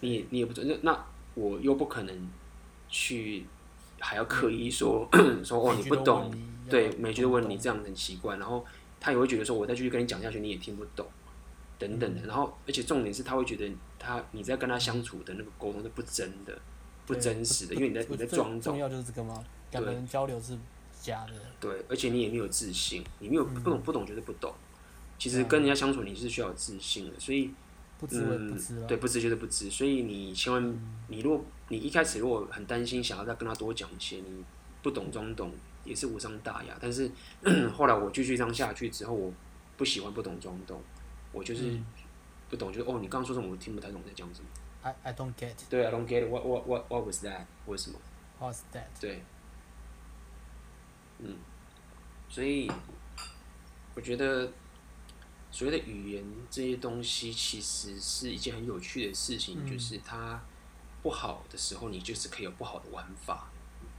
B: 你也你也不准，那那我又不可能去还要刻意说 (coughs) 说哦
A: 每
B: 你
A: 句
B: 不
A: 都
B: 懂
A: 问你，要
B: 对，
A: 不
B: 每句都问你这样很奇怪，然后他也会觉得说我再继续跟你讲下去你也听不懂。等等的，
A: 嗯
B: 然后而且重点是他会觉得他你在跟他相处的那个沟通是不真的，不
A: 对
B: 真实的，因为你在
A: 不
B: 你在
A: 最
B: 装
A: 重
B: 懂，
A: 要就是这个嘛，两个
B: 对
A: 人交流是假的。
B: 对，而且你也没有自信，你没有不
A: 嗯
B: 懂不懂就是不懂。其实跟人家相处你是需要有自信的，所以
A: 不知为
B: 嗯
A: 不知，了。嗯
B: 对，不知就是不知，所以你千万你如果你一开始如果很担心，想要再跟他多讲一些，你不懂装懂也是无伤大雅。但是 (clears throat) 后来我继续这样下去之后，我不喜欢不懂装懂，我
A: 嗯
B: 就是不懂，就是哦，你刚刚说什么我听不太懂你在讲什么。
A: I I don't get
B: 对，I don't get it. what what what what was that？为什么？
A: what's that。
B: 对，嗯，所以我觉得所谓的语言这些东西，其实是一件很有趣的事情，就是它不好的时候，你就是可以有不好的玩法。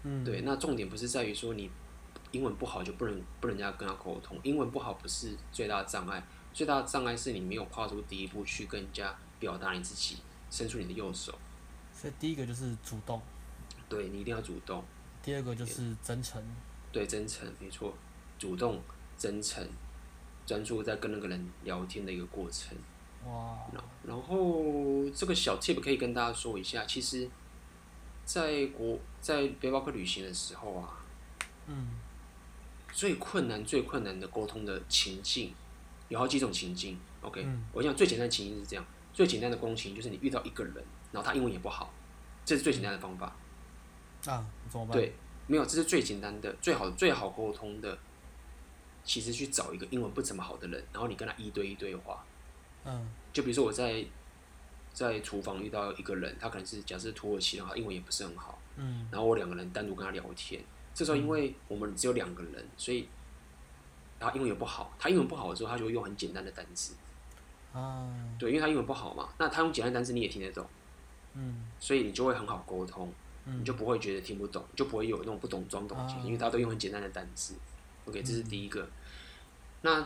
A: 嗯，
B: 对，那重点不是在于说你英文不好就不能不能跟人家跟他沟通，英文不好不是最大的障碍，最大的障碍是你没有跨出第一步去跟人家表达你自己，伸出你的右手。
A: 所以第一个就是主动，
B: 对你一定要主动。
A: 第二个就是真诚。
B: 对，真诚，没错，主动、真诚，专注在跟那个人聊天的一个过程。
A: 哇，
B: 然后然后这个小 tip 可以跟大家说一下，其实，在国在背包客旅行的时候啊，
A: 嗯，
B: 最困难、最困难的沟通的情境，有好几种情境。OK，、
A: 嗯
B: 我讲最简单的情境是这样，最简单的沟通情境就是你遇到一个人，然后他英文也不好，这是最简单的方法。
A: 啊，怎么办？
B: 对，没有，这是最简单的、最好、最好沟通的。其实去找一个英文不怎么好的人，然后你跟他一对一对话。
A: 嗯
B: 就比如说我在在厨房遇到一个人，他可能是假设土耳其人，他英文也不是很好，
A: 嗯
B: 然后我两个人单独跟他聊天。这时候因为我们只有两个人，所以他英文也不好。他英文不好的时候，他就会用很简单的单词。
A: 啊，
B: 对，因为他英文不好嘛，那他用简单单词你也听得懂，
A: 嗯
B: 所以你就会很好沟通，
A: 嗯，
B: 你就不会觉得听不懂，你就不会有那种不懂装懂的情
A: 啊
B: 形，因为大家都用很简单的单词。OK，这是第一个。
A: 嗯
B: 那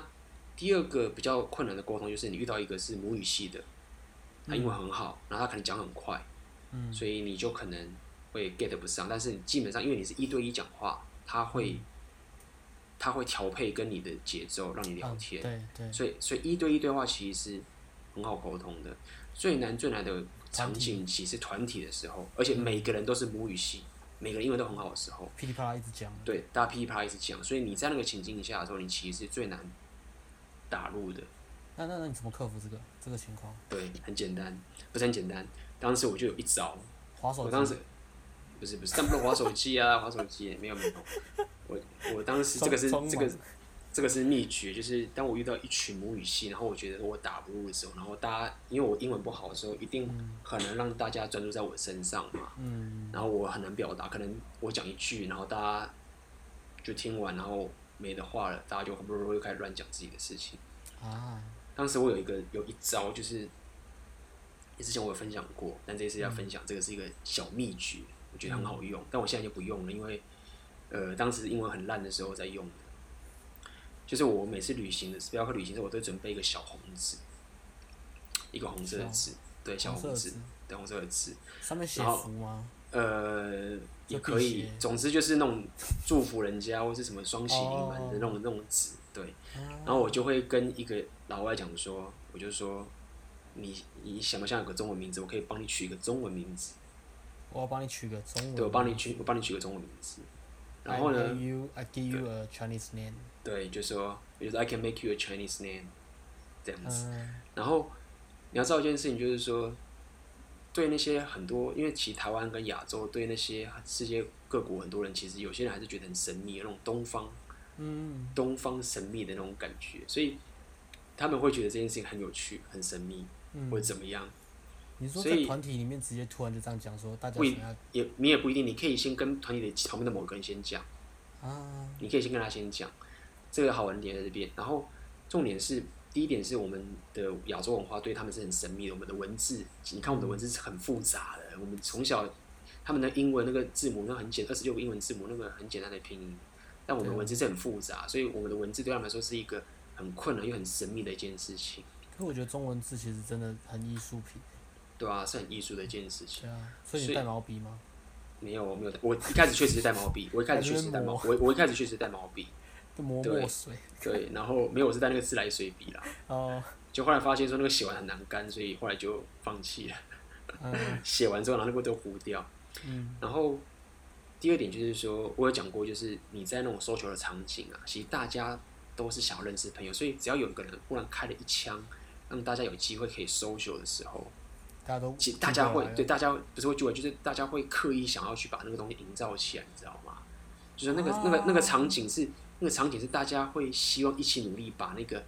B: 第二个比较困难的沟通就是你遇到一个是母语系的，他英文很好，然后他可能讲很快，
A: 嗯
B: 所以你就可能会 get 不上。但是你基本上因为你是一对一讲话，他会、
A: 嗯
B: 他会调配跟你的节奏，让你聊
A: 嗯
B: 天。
A: 对对，
B: 所以所以一对一对话其实是很好沟通的。最难最难的场景其实是团体的时候，而且每个人都是母语系，每个人英文都很好的时候，
A: 噼里啪啦一直讲，
B: 对，大家噼里啪啦一直讲，所以你在那个情境下的时候，你其实是最难打入的。
A: 那那那你怎么克服这个这个情况？
B: 对，很简单，不是很简单。当时我就有一招，
A: 滑手
B: 我
A: 机，
B: 当时不是不是，但不能滑手机啊，滑手机没有没有。我我当时这个是
A: 装
B: 这个
A: 装
B: 这个是秘诀，就是当我遇到一群母语系，然后我觉得我打不入的时候，然后大家因为我英文不好的时候，一定很难让大家专注在我身上嘛。
A: 嗯
B: 然后我很难表达，可能我讲一句，然后大家就听完，然后没得话了，大家就很不容易开始乱讲自己的事情。
A: 啊，
B: 当时我有一个有一招，就是之前我有分享过，但这次
A: 嗯
B: 要分享、这个是一个小秘诀，我觉得很好用，但我现在就不用了，因为呃当时英文很烂的时候在用的。就是我每次旅行的时候，要去旅行的时候，我都准备一个小红纸，一个红色的纸，对，小
A: 红色
B: 红
A: 的
B: 纸
A: 纸，
B: 对，红色的纸，
A: 上面写
B: 然后
A: 福吗？
B: 呃，也
A: 就
B: 可
A: 辟
B: 以
A: 邪，
B: 总之就是那种祝福人家或是什么双喜临门的那种、
A: 哦
B: 那种纸，对。
A: 啊
B: 然后我就会跟一个老外讲说，我就说，你你想不想有个中文名字？我可以帮你取一个中文名字，
A: 我要帮你取个中文，
B: 对我帮你取，我帮你取个中文名字。然后
A: I
B: 呢，
A: give you, I give you a Chinese name。
B: 对，就说，我就说 I can make you a Chinese name，这样子。
A: 嗯
B: 然后你要知道一件事情，就是说，对那些很多，因为其实台湾跟亚洲对那些啊世界各国很多人，其实有些人还是觉得很神秘，有那种东方
A: 嗯
B: 东方神秘的那种感觉，所以他们会觉得这件事情很有趣、很神秘，或者
A: 嗯，
B: 怎么样。
A: 你说
B: 所
A: 在
B: 以
A: 团体里面直接突然就这样讲说，大家
B: 不一
A: 想要
B: 也你也不一定，你可以先跟团体的旁边的某个人先讲，
A: 啊，
B: 你可以先跟他先讲，这个好玩点在这边。然后重点是，第一点是我们的亚洲文化对他们是很神秘的，我们的文字，你看我们的文字是很复杂的，我们从小他们的英文那个字母那很简，二十六个英文字母那个很简单的拼音，但我们
A: 对
B: 的文字是很复杂，所以我们的文字对他们来说是一个很困难又很神秘的一件事情，
A: 可我觉得中文字其实真的很艺术品，
B: 对吧、是很艺术的一件事情。
A: 对啊，所以
B: 所
A: 你
B: 以
A: 带毛笔吗？
B: 没有，我没有带，我一开始确实是带毛笔，我一开始确实是带毛，我我一开始确实是带毛笔。
A: 就磨
B: 对
A: 墨水
B: 对，然后没有，我是带那个自来水笔啦，
A: 哦，
B: 就后来发现说那个写完很难干，所以后来就放弃了。 (laughs)
A: 嗯
B: 写完之后，然后那个都糊掉。
A: 嗯
B: 然后第二点就是说，我有讲过，就是你在那种 social 的场景啊，其实大家都是想要认识朋友，所以只要有一个人忽然开了一枪，让大家有机会可以 social 的时候，
A: 大家都
B: 其实大家会
A: 聚过来了啊
B: 对大家不是会聚会，就是大家会刻意想要去把那个东西营造起来，你知道吗？就是那个、那个那个场景是那个场景是大家会希望一起努力把那个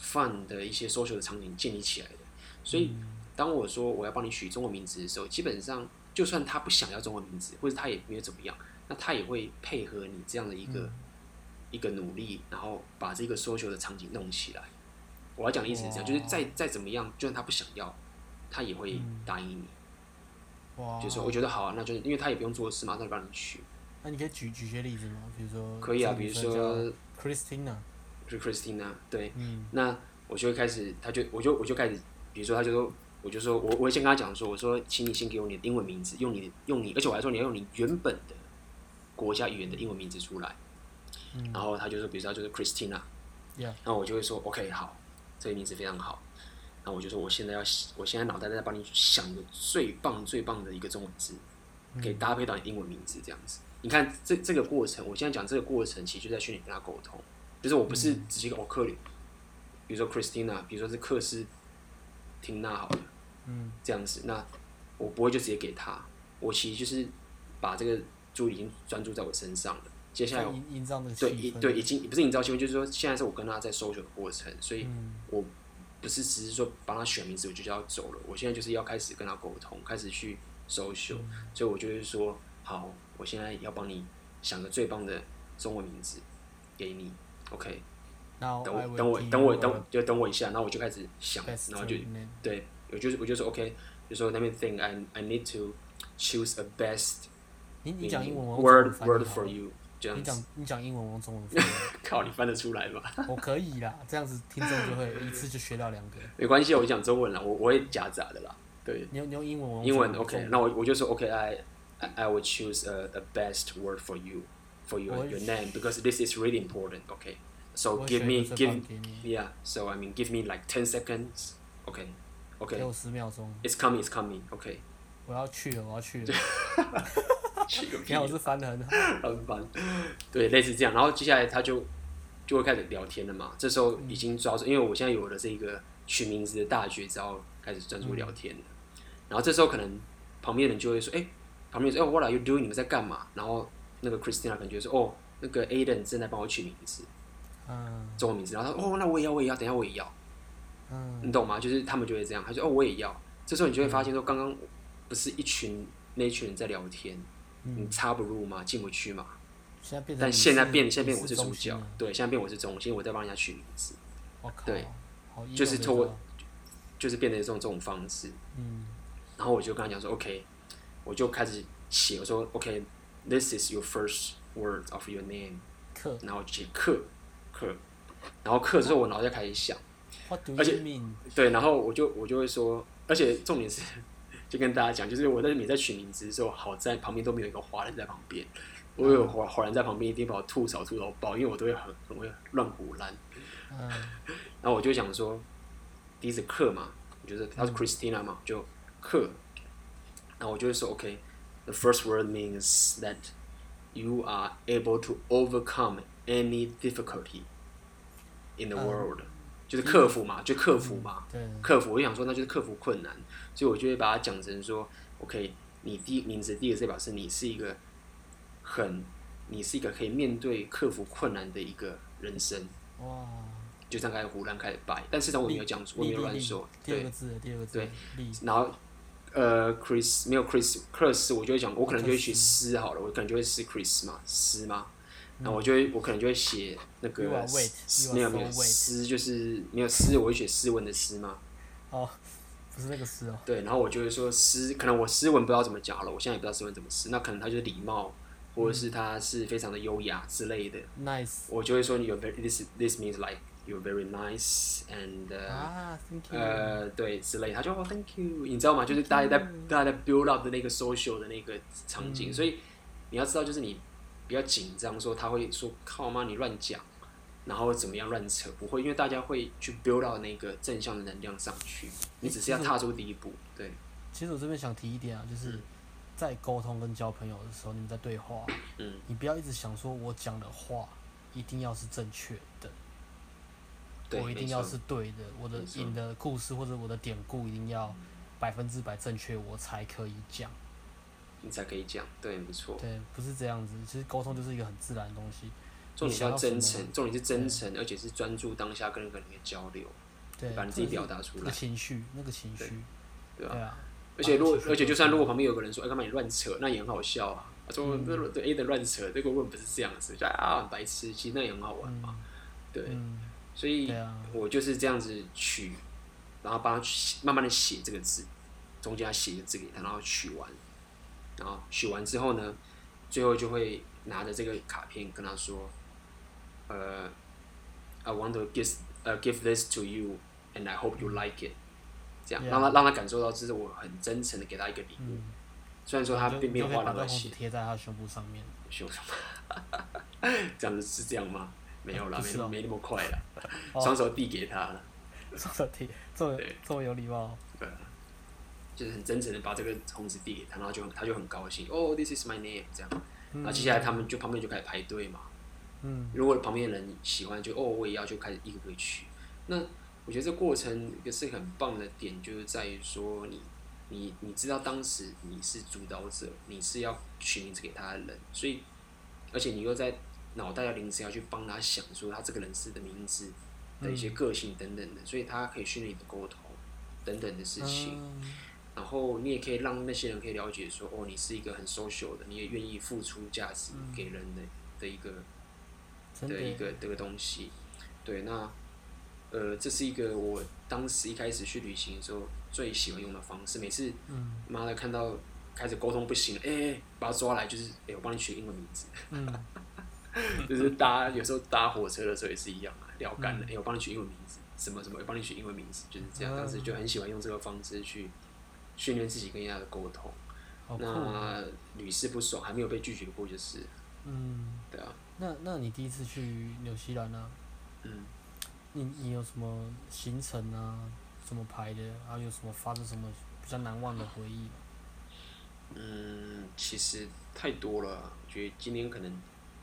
B: fun 的一些 social 的场景建立起来的。所以当我说我要帮你取中文名字的时候，基本上就算他不想要中文名字，或者他也没有怎么样，那他也会配合你这样的一个、一个努力，然后把这个 social 的场景弄起来。我要讲的意思是这样，
A: 哇
B: 就是再再怎么样，就算他不想要，他也会答应你，
A: 哇，
B: 就说我觉得好啊，那就是因为他也不用做事嘛，那就帮你取。
A: 那你可以举举些例子吗？比如说
B: 可以啊，
A: 这个
B: 比
A: 女
B: 如
A: 生
B: 说
A: 叫 Christina，
B: 是 Christina，对，
A: 嗯
B: 那我就会开始，他就我就我就开始，比如说他就说，我就说我我会先跟他讲说，我说请你先给我你的英文名字，用你的用你，而且我还说你要用你原本的国家语言的英文名字出来，
A: 嗯
B: 然后他就说，比如说他就是 Christina，
A: ，Yeah，
B: 然后我就会说 OK 好，这个名字非常好，然后我就说我现在要我现在脑袋在帮你想一个最棒最棒的一个中文字，
A: 嗯
B: 可以搭配到你英文名字这样子。你看这这个过程，我现在讲这个过程，其实就在训练跟他沟通，就是我不是
A: 嗯
B: 只是一个我克里，比如说 Christina，比如说是克斯汀娜好了，
A: 嗯
B: 这样子，那我我不会就直接给他，我其实就是把这个注意已经专注在我身上了。接下来
A: 在营营造那个
B: 对
A: 气
B: 已
A: 氛，
B: 对已经不是你知道新闻，就是说现在是我跟他在搜求的过程，所以
A: 嗯
B: 我不是只是说帮他选名字，我就要走了。我现在就是要开始跟他沟通，开始去搜求，
A: 嗯
B: 所以我就是说，好，我现在要帮你想个最棒的中文名字给你，OK？
A: 然后
B: 等
A: I
B: 我
A: will
B: 等我
A: give
B: 等我
A: you
B: 等我就等我一下，然后我就开始想，
A: best
B: 然后就
A: dream name
B: 对我就是我就说 OK，就说 Let me think, I I need to choose a best
A: 你你讲英文，我用
B: word
A: 中文
B: word
A: 翻译好
B: for
A: 了
B: you，这样
A: 你
B: 子 (laughs)
A: 讲，你讲英文，我用中文翻译，
B: 靠，你翻得出来吧？
A: 我可以啦，这样子听众就会一次就学到两个。
B: 没关系，我讲中文了，我我会夹杂的啦。对，
A: 你用你用英文，我用
B: 英文
A: 中
B: OK，那我我就说 OK，I、I I will choose a a best word for you for your
A: 我
B: your name because this is really important. OK, so
A: 我会
B: give
A: 选一
B: me
A: 个最
B: give
A: 棒给你
B: yeah, so I mean give me like ten seconds. OK,
A: 给
B: OK,
A: 我十秒钟，
B: it's coming, it's coming. (laughs) OK，
A: 我要去了，我要去 (laughs) 了。
B: 去个
A: 你
B: 屁
A: 看我是翻的很好，
B: 很烦。 (laughs) 对，类似这样，然后接下来他就就会开始聊天了嘛。这时候已经抓住，因为我现在有了这个取名字的大绝招，开始专注聊天了。然后这时候可能旁边人就会说：“哎、旁边人说，哦、w h a t are you doing？你们在干嘛？”然后那个 Christina 可能就会说：“哦，那个 Aiden 正在帮我取名字，
A: 嗯
B: 中文名字。”然后他说：“哦，那我也要，我也要，等一下我也要。”
A: 嗯
B: 你懂吗？就是他们就会这样，他说：“哦，我也要。”这时候你就会发现说，刚刚不是一群那一群人在聊天，你
A: 嗯，
B: 插不入吗？进不去吗？
A: 现在变成
B: 但
A: 你
B: 现在
A: 是
B: 变，现在
A: 你
B: 变我是主
A: 中心啊
B: 角
A: 了，
B: 对，现在变我是中心，我在帮人家取名字，
A: 我靠，
B: 对
A: 好，意
B: 就
A: 料
B: 是
A: 没
B: 透过
A: 到
B: 就是变成这种这种方式。
A: 嗯
B: 然后我就跟他讲说，OK，我就开始写，我说 OK，this、is your first word of your name，
A: 课
B: 然后就写克克，然后克之后我脑袋开始想，
A: ，What do
B: 而且
A: you mean？
B: 对，然后我就我就会说，而且重点是，就跟大家讲，就是我在每在取名字的时候，好在旁边都没有一个华人在旁边。我有华华人在旁边，一定把我吐槽吐槽爆，因为我都会很很会乱胡乱。
A: 嗯
B: 然后我就想说，第一次克嘛，我觉得他是
A: 嗯
B: Christina 嘛，就克。然后我就会说，OK，the、first word means that you are able to overcome any difficulty in the
A: 嗯
B: world，、就是克服嘛，就克服嘛，
A: 对，
B: 克服。我就想说，那就是克服困难，所以我就会把它讲成说，OK，你第名字第一个代表是你是一个很，你是一个可以面对克服困难的一个人生。
A: 哇，
B: 就这样开始胡乱开始掰，但事实上我没有这样说，我
A: 立
B: 没有
A: 立
B: 乱
A: 立
B: 说，
A: 第二
B: 对
A: 个。字，第二个字，
B: 对
A: 立，
B: 然后呃，Chris 没有 Chris Chris，我就会讲，我可能就会去
A: Chris
B: 撕好了，我可能就会撕 Chris 嘛，撕嘛。然后我就会，我可能就会写那
A: You are
B: 个
A: wait,
B: 撕
A: you are
B: 没有没有
A: so wait
B: 撕，就是没有撕，我会写斯文的斯嘛。
A: 哦，不是那个诗哦，
B: 对，然后我就会说斯，可能我斯文不知道怎么讲好了，我现在也不知道斯文怎么撕，那可能他就是礼貌，或者是他是非常的优雅之类的，
A: Nice
B: 我就会说你有 very this this means like you're very nice and、uh,
A: 啊，Thank you，
B: 呃，对，之类，他就哦，Thank you，你知道吗？就是大家在
A: 嗯
B: 大家在 build up 的那个 social 的那个场景，所以你要知道，就是你比较紧张，说他会说靠妈你乱讲，然后怎么样乱扯，不会，因为大家会去 build up 那个正向的能量上去，你只是
A: 嗯
B: 要踏出第一步，对，
A: 其实我这边想提一点啊，就是
B: 嗯
A: 在沟通跟交朋友的时候，你们在对话，啊
B: 嗯，
A: 你不要一直想说我讲的话一定要是正确的，
B: 对，
A: 我一定
B: 没
A: 要
B: 错
A: 是对的，我的
B: 没错
A: 引的故事或者我的典故一定要百分之百正确，我才可以讲。
B: 你才可以讲，对，没错，
A: 对，不是这样子，其实沟通就是一个很自然的东西。
B: 重点是
A: 想
B: 要
A: 要
B: 真
A: 什么
B: 诚，重点是真诚，而且是专注当下跟人跟人的交流，
A: 对，
B: 把你自己表
A: 达
B: 达出
A: 那
B: 来
A: 个，情绪，那个情绪，
B: 对
A: 对
B: 啊
A: 啊，
B: 而且如果
A: 把情绪，
B: 而且就算
A: 说出来
B: 如果旁边有个人说：“哎、干嘛你乱扯？”那也很好笑啊。他说：“这对 A 的乱扯，这个问不是这样子，就啊很白痴。”其实那也很好玩嘛。对，
A: 嗯，
B: 所以
A: 对啊
B: 我就是这样子取，然后帮他取慢慢的写这个字，中间要写一个字给他，然后取完，然后取完之后呢，最后就会拿着这个卡片跟他说：“呃，I want to give 呃、give this to you and I hope you like it。”这样
A: Yeah
B: 让他让他感受到，这是我很真诚的给他一个礼物。
A: 嗯，
B: 虽然说他
A: 你就
B: 并没有
A: 你就
B: 花
A: 可以把
B: 那么
A: 这个红纸
B: 写，
A: 贴在他胸部上面，
B: (laughs) 凶什么？ (laughs) 这样子是这样吗？没有啦，
A: 不
B: 没
A: 是哦
B: 没那么快啦，
A: 哦
B: 双手递给他了，
A: 这么贴，这么
B: 对
A: 这么有礼貌，
B: 对啊，就是很真诚的把这个红纸递给他，然后就很他就很高兴，哦，this is my name 这样，然后接下来他们就旁边就开始排队嘛，
A: 嗯，
B: 如果旁边的人喜欢就，哦，我也要，就开始一个一个去。那我觉得这过程也是很棒的点，就是在于说你你你知道当时你是主导者，你是要取名字给他的人，所以而且你又在脑袋要临时要去帮他想说他这个人是的名字的一些个性等等的，所以他可以训练你的沟通等等的事
A: 嗯
B: 情。
A: 啊
B: 然后你也可以让那些人可以了解说，哦，你是一个很 social 的，你也愿意付出价值给人的、的一个
A: 真
B: 的一
A: 的
B: 个这个东西。对，那呃，这是一个我当时一开始去旅行的时候最喜欢用的方式。每次
A: 嗯
B: 妈的看到开始沟通不行了，哎、哎把他抓来，就是哎、我帮你取英文名字。 (laughs)
A: 嗯，
B: 就是搭有时候搭火车的时候也是一样啊，聊干了，哎、我帮你取英文名字，什么什么，我帮你取英文名字，就是这样。
A: 嗯
B: 当时就很喜欢用这个方式去训练自己跟人家的沟通。
A: 好酷哦。
B: 那屡试不爽，还没有被拒绝过，就是
A: 嗯，
B: 对啊，
A: 那那你第一次去纽西兰啊，
B: 嗯，
A: 你你有什么行程啊，怎么排的，然后有什么发生什么比较难忘的回忆吗？
B: 嗯，其实太多了啊，我觉得今天可能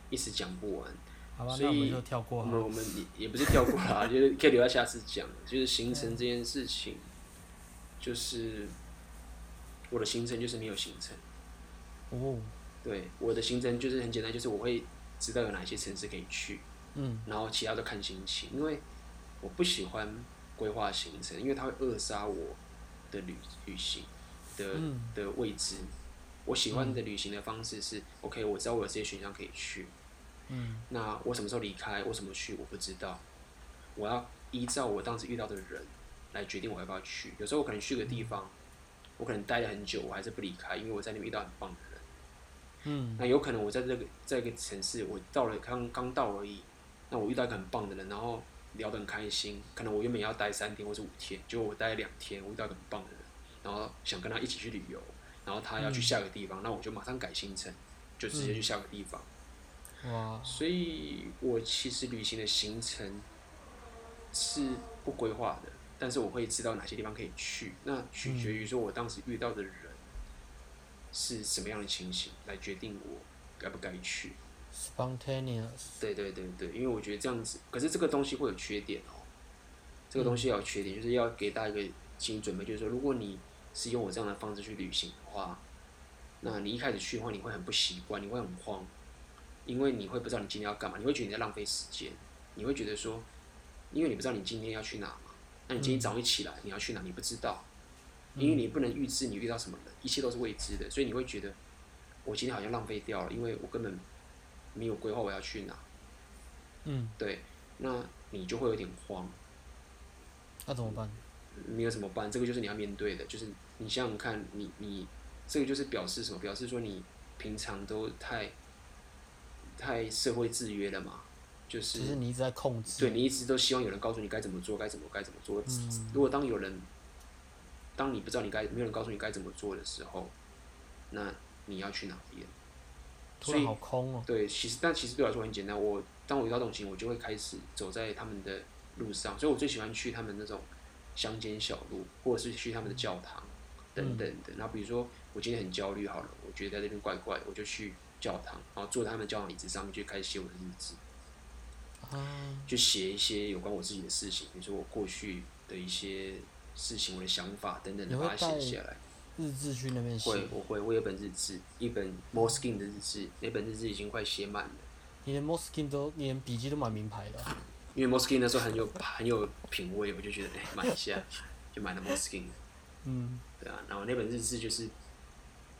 B: 一时讲不完。
A: 好吧，
B: 所
A: 那我们
B: 以
A: 就跳过
B: 我
A: 好
B: 们
A: 了。
B: 我们也也不是跳过啦， (laughs) 就是可以留在下次讲。就是行程这件事情，就是我的行程就是没有行程。
A: 哦，
B: 对，我的行程就是很简单，就是我会知道有哪些城市可以去，
A: 嗯
B: 然后其他都看心情，因为我不喜欢规划行程，因为它会扼杀我的旅旅行的
A: 嗯
B: 的未知。我喜欢的旅行的方式是、o k 我知道我有这些选项可以去，
A: 嗯
B: 那我什么时候离开，我什么时候去，我不知道。我要依照我当时遇到的人来决定我要不要去。有时候我可能去个地方，我可能待了很久，我还是不离开，因为我在那边遇到很棒的人。
A: 嗯
B: 那有可能我在这个在一个城市，我到了刚刚到而已，那我遇到一个很棒的人，然后聊得很开心。可能我原本要待三天或是五天，结果我待了两天，我遇到一个很棒的人，然后想跟他一起去旅游，然后他要去
A: 嗯
B: 下个地方，那我就马上改行程，就直接去下个地方。
A: 哇，
B: 所以我其实旅行的行程是不规划的，但是我会知道哪些地方可以去，那取决于说我当时遇到的人是什么样的情形来决定我该不该去。
A: spontaneous，
B: 对对对对，因为我觉得这样子，可是这个东西会有缺点哦，这个东西要有缺点，就是要给大家一个心理准备，就是说，如果你是用我这样的方式去旅行的话，那你一开始去的话，你会很不习惯，你会很慌，因为你会不知道你今天要干嘛，你会觉得你在浪费时间，你会觉得说，因为你不知道你今天要去哪嘛，那你今天早上一起来你要去哪，你不知道，因为你不能预知你遇到什么人，一切都是未知的，所以你会觉得我今天好像浪费掉了，因为我根本没有规划我要去哪。
A: 嗯，
B: 对，那你就会有点慌，
A: 那怎么办？
B: 没有怎么办？这个就是你要面对的，就是你想想看，你你这个就是表示什么？表示说你平常都太太社会制约了嘛，就是
A: 就是你一直在控制。
B: 对你一直都希望有人告诉你该怎么做，该怎么该怎么做。
A: 嗯
B: 如果当有人，当你不知道你该没有人告诉你该怎么做的时候，那你要去哪边？
A: 突
B: 所
A: 然
B: 以
A: 好空哦。
B: 对，其实但其实对我来说很简单。我当我遇到这种情况，我就会开始走在他们的路上，所以我最喜欢去他们那种乡间小路，或者是去他们的教堂
A: 嗯
B: 等等的。那、比如说我今天很焦虑，好了，我觉得在这边怪怪，我就去教堂，然后坐在他们教堂椅子上面去开始写我的日志，
A: 啊，
B: 就写一些有关我自己的事情，比如说我过去的一些事情、我的想法等等的，
A: 你会
B: 把它写
A: 带
B: 下来。
A: 日志去那边
B: 会
A: 写，，
B: 我会，我有本日志，一本 Moskin 的日志，那本日志已经快写满了。
A: 你连 Moskin 都，你连笔记都买名牌
B: (laughs)
A: 的啊、
B: 因为 Moskin 那时候很有很有品味，我就觉得哎、买一下，就买了 Moskin。
A: 嗯
B: 对啊，然后那本日志就是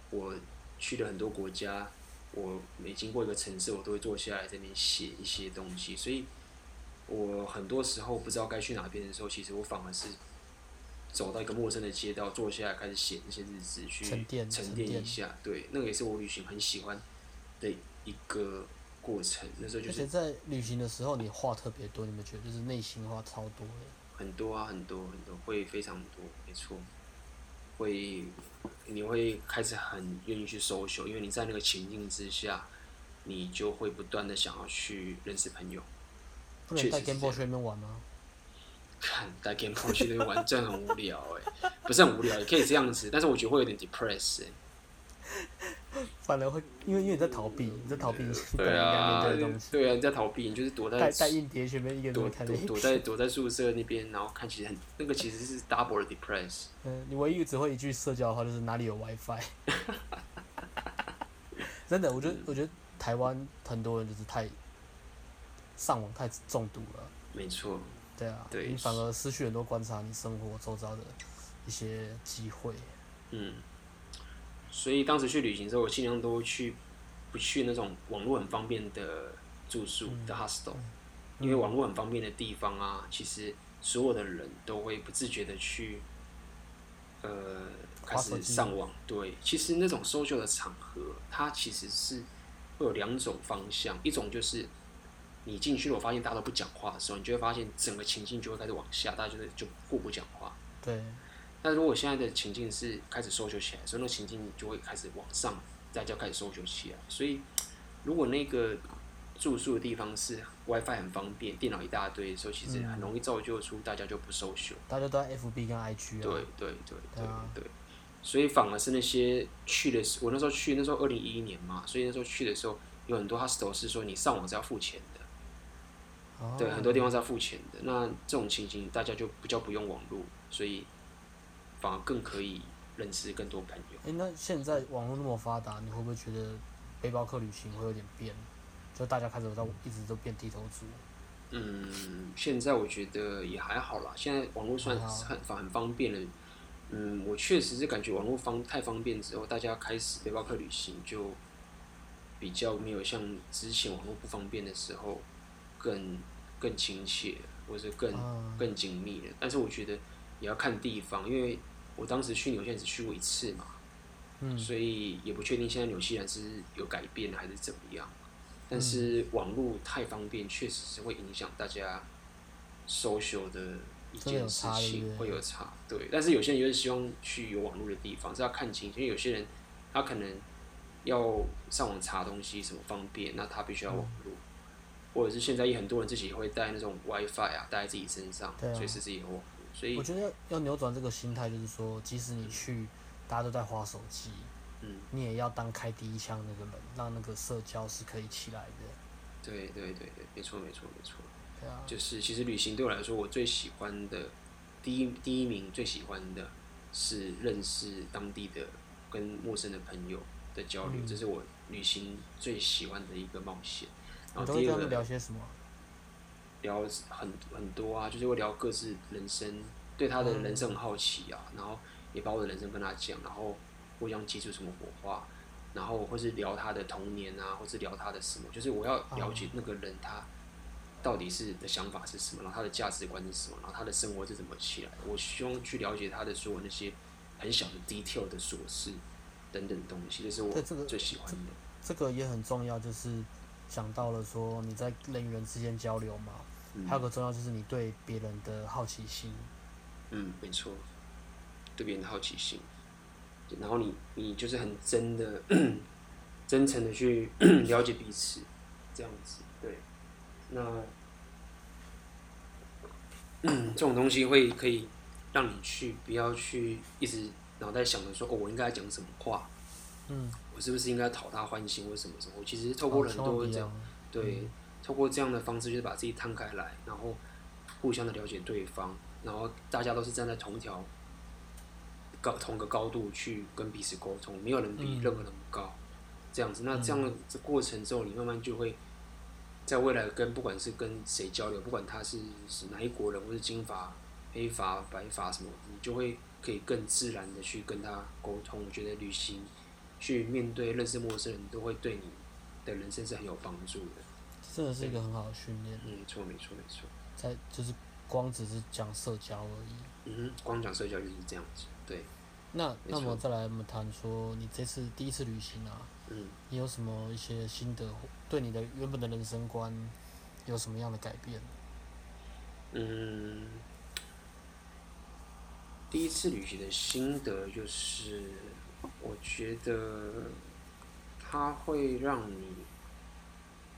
B: 我去了很多国家，我每经过一个城市，我都会坐下来这边写一些东西，所以我很多时候不知道该去哪边的时候，其实我反而是走到一个陌生的街道，坐下来开始写这些日志，去
A: 沉淀
B: 沉
A: 沉
B: 淀
A: 淀
B: 一下。对，那个也是我旅行很喜欢的一个过程。那时候就
A: 而
B: 是
A: 且在旅行的时候，你话特别多，你们觉得就是内心话超多的。
B: 很多啊，很多很多，会非常多，没错，会你会开始很愿意去搜寻，因为你在那个情境之下，你就会不断的想要去认识朋友。
A: 不
B: 确实
A: 能带
B: 是这
A: Game Boy
B: 样
A: 去那边玩吗？
B: 看带 Game Boy 去那边玩，真的欸 (laughs) 很无聊哎、不是很无聊，也可以这样子，但是我觉得会有点 depress 哎、
A: 反而会因为因为你在逃避，你在逃避你
B: 对
A: 本来应该面
B: 啊
A: 对的东，西，
B: 对啊，你在逃避，你就是躲在
A: 带带硬碟去边一个人
B: 躲
A: 看
B: 躲
A: 的。
B: 躲在躲在宿舍那边，然后看起来很那个其实是 double depressed，
A: (laughs) 嗯，你唯一只会一句社交的话就是哪里有 WiFi。真的，我觉
B: 嗯
A: 得我觉得台湾很多人就是太上网太中毒了，
B: 没错，
A: 对啊，
B: 对
A: 你反而失去很多观察你生活周遭的一些机会。
B: 嗯，所以当时去旅行的时候，我尽量都去不去那种网络很方便的住宿
A: 嗯
B: 的 hostel，、因为网络很方便的地方啊，其实所有的人都会不自觉的去，呃，开
A: 滑手
B: 始
A: 机
B: 上网。对，其实那种 social 的场合，它其实是会有两种方向，一种就是你进去了，我发现大家都不讲话的时候，你就会发现整个情境就会开始往下，大家就会就互不讲话。
A: 对，
B: 那如果现在的情境是开始收球起来，所以那情境就会开始往上，大家开始收球起来。所以如果那个住宿的地方是 WiFi 很方便，电脑一大堆的时候，其实
A: 嗯
B: 很容易造就出大家就不收球。
A: 大家都在 FB 跟 IG
B: 对
A: 啊，
B: 对对对
A: 对啊
B: 对。所以反而是那些去的时，我那时候去那时候二零一一年嘛，所以那时候去的时候有很多 hostel 是说你上网是要付钱的。
A: 哦
B: 对，很多地方是要付钱的。那这种情形，大家就比较不用网络，所以反而更可以认识更多朋友。
A: 哎、那现在网络那么发达，你会不会觉得背包客旅行会有点变？就大家开始有在一直都变低头族，
B: 嗯，现在我觉得也还好啦，现在网络算
A: 还好
B: 很很方便了。嗯，我确实是感觉网络方太方便之后，大家开始背包客旅行就比较没有像之前网络不方便的时候更更亲切，或者更、
A: 啊
B: 更紧密了。但是我觉得也要看地方，因为我当时去纽西兰只去过一次嘛，
A: 嗯
B: 所以也不确定现在纽西兰是有改变还是怎么样。但
A: 嗯
B: 是网络太方便，确实是会影响大家 social 的一
A: 真的有
B: 件事
A: 差对不
B: 情，
A: 对
B: 会有差。对，但是有些人就是希望去有网络的地方，是要看清楚，因为有些人他可能要上网查东西什么方便，那他必须要网
A: 嗯
B: 络。或者是现在也很多人自己也会带那种 WiFi 啊，带在自己身上，
A: 对啊
B: 随时自己有网络，所以
A: 我觉得要要扭转这个心态，就是说，即使你去，大家都在划手机，
B: 嗯，
A: 你也要当开第一枪那个人，让那个社交是可以起来的。
B: 对对对对，没错没错没错。
A: 对啊，
B: 就是其实旅行对我来说，我最喜欢的第一第一名最喜欢的是认识当地的跟陌生的朋友的交
A: 嗯
B: 流，这是我旅行最喜欢的一个冒险。然
A: 你
B: 后
A: 都
B: 哦第二
A: 会跟他们聊
B: 个
A: 些什么？
B: 聊很很多啊，就是会聊各自人生，对他的人生很好奇啊，然后也把我的人生跟他讲，然后互相激出什么火花，然后或是聊他的童年啊，或是聊他的什么，就是我要
A: 哦
B: 了解那个人他到底是的想法是什么，然后他的价值观是什么，然后他的生活是怎么起来的，我希望去了解他的所有那些很小的 detail 的琐事等等东西，这是我
A: 对这个
B: 最喜欢的。
A: 这个也很重要，就是讲到了说你在人与人之间交流嘛，
B: 嗯
A: 还有个重要就是你对别人的好奇心。
B: 嗯，没错，对别人的好奇心，然后你你就是很真的、 (clears throat) 真诚的去 (clears throat) 了解彼此，这样子，对，那 (clears throat) 这种东西会可以让你去不要去一直脑袋想着说哦，我应该讲什么话，
A: 嗯，
B: 我是不是应该讨他欢心或什么什么？我其实透
A: 包
B: 过
A: 括
B: 很多这样。对
A: 嗯，
B: 透过这样的方式，就是把自己摊开来，然后互相的了解对方，然后大家都是站在同一条高同个高度去跟彼此沟通，没有人比
A: 嗯
B: 任何人高，这样子。那这样的这过程之后，你慢慢就会在未来跟不管是跟谁交流，不管他是是哪一国人，或是金发、黑发、白发什么，你就会可以更自然的去跟他沟通。我觉得旅行去面对认识陌生人，都会对你的人生是很有帮助的。
A: 真的是一个很好的训练，
B: 嗯，没错，没错，没错。
A: 在就是光只是讲社交而已。
B: 嗯哼，光讲社交就是这样子。对，
A: 那
B: 没
A: 那
B: 错
A: 么再来我们谈说你这次第一次旅行啊，
B: 嗯
A: 你有什么一些心得，或对你的原本的人生观有什么样的改变？
B: 嗯。第一次旅行的心得就是，我觉得它会让你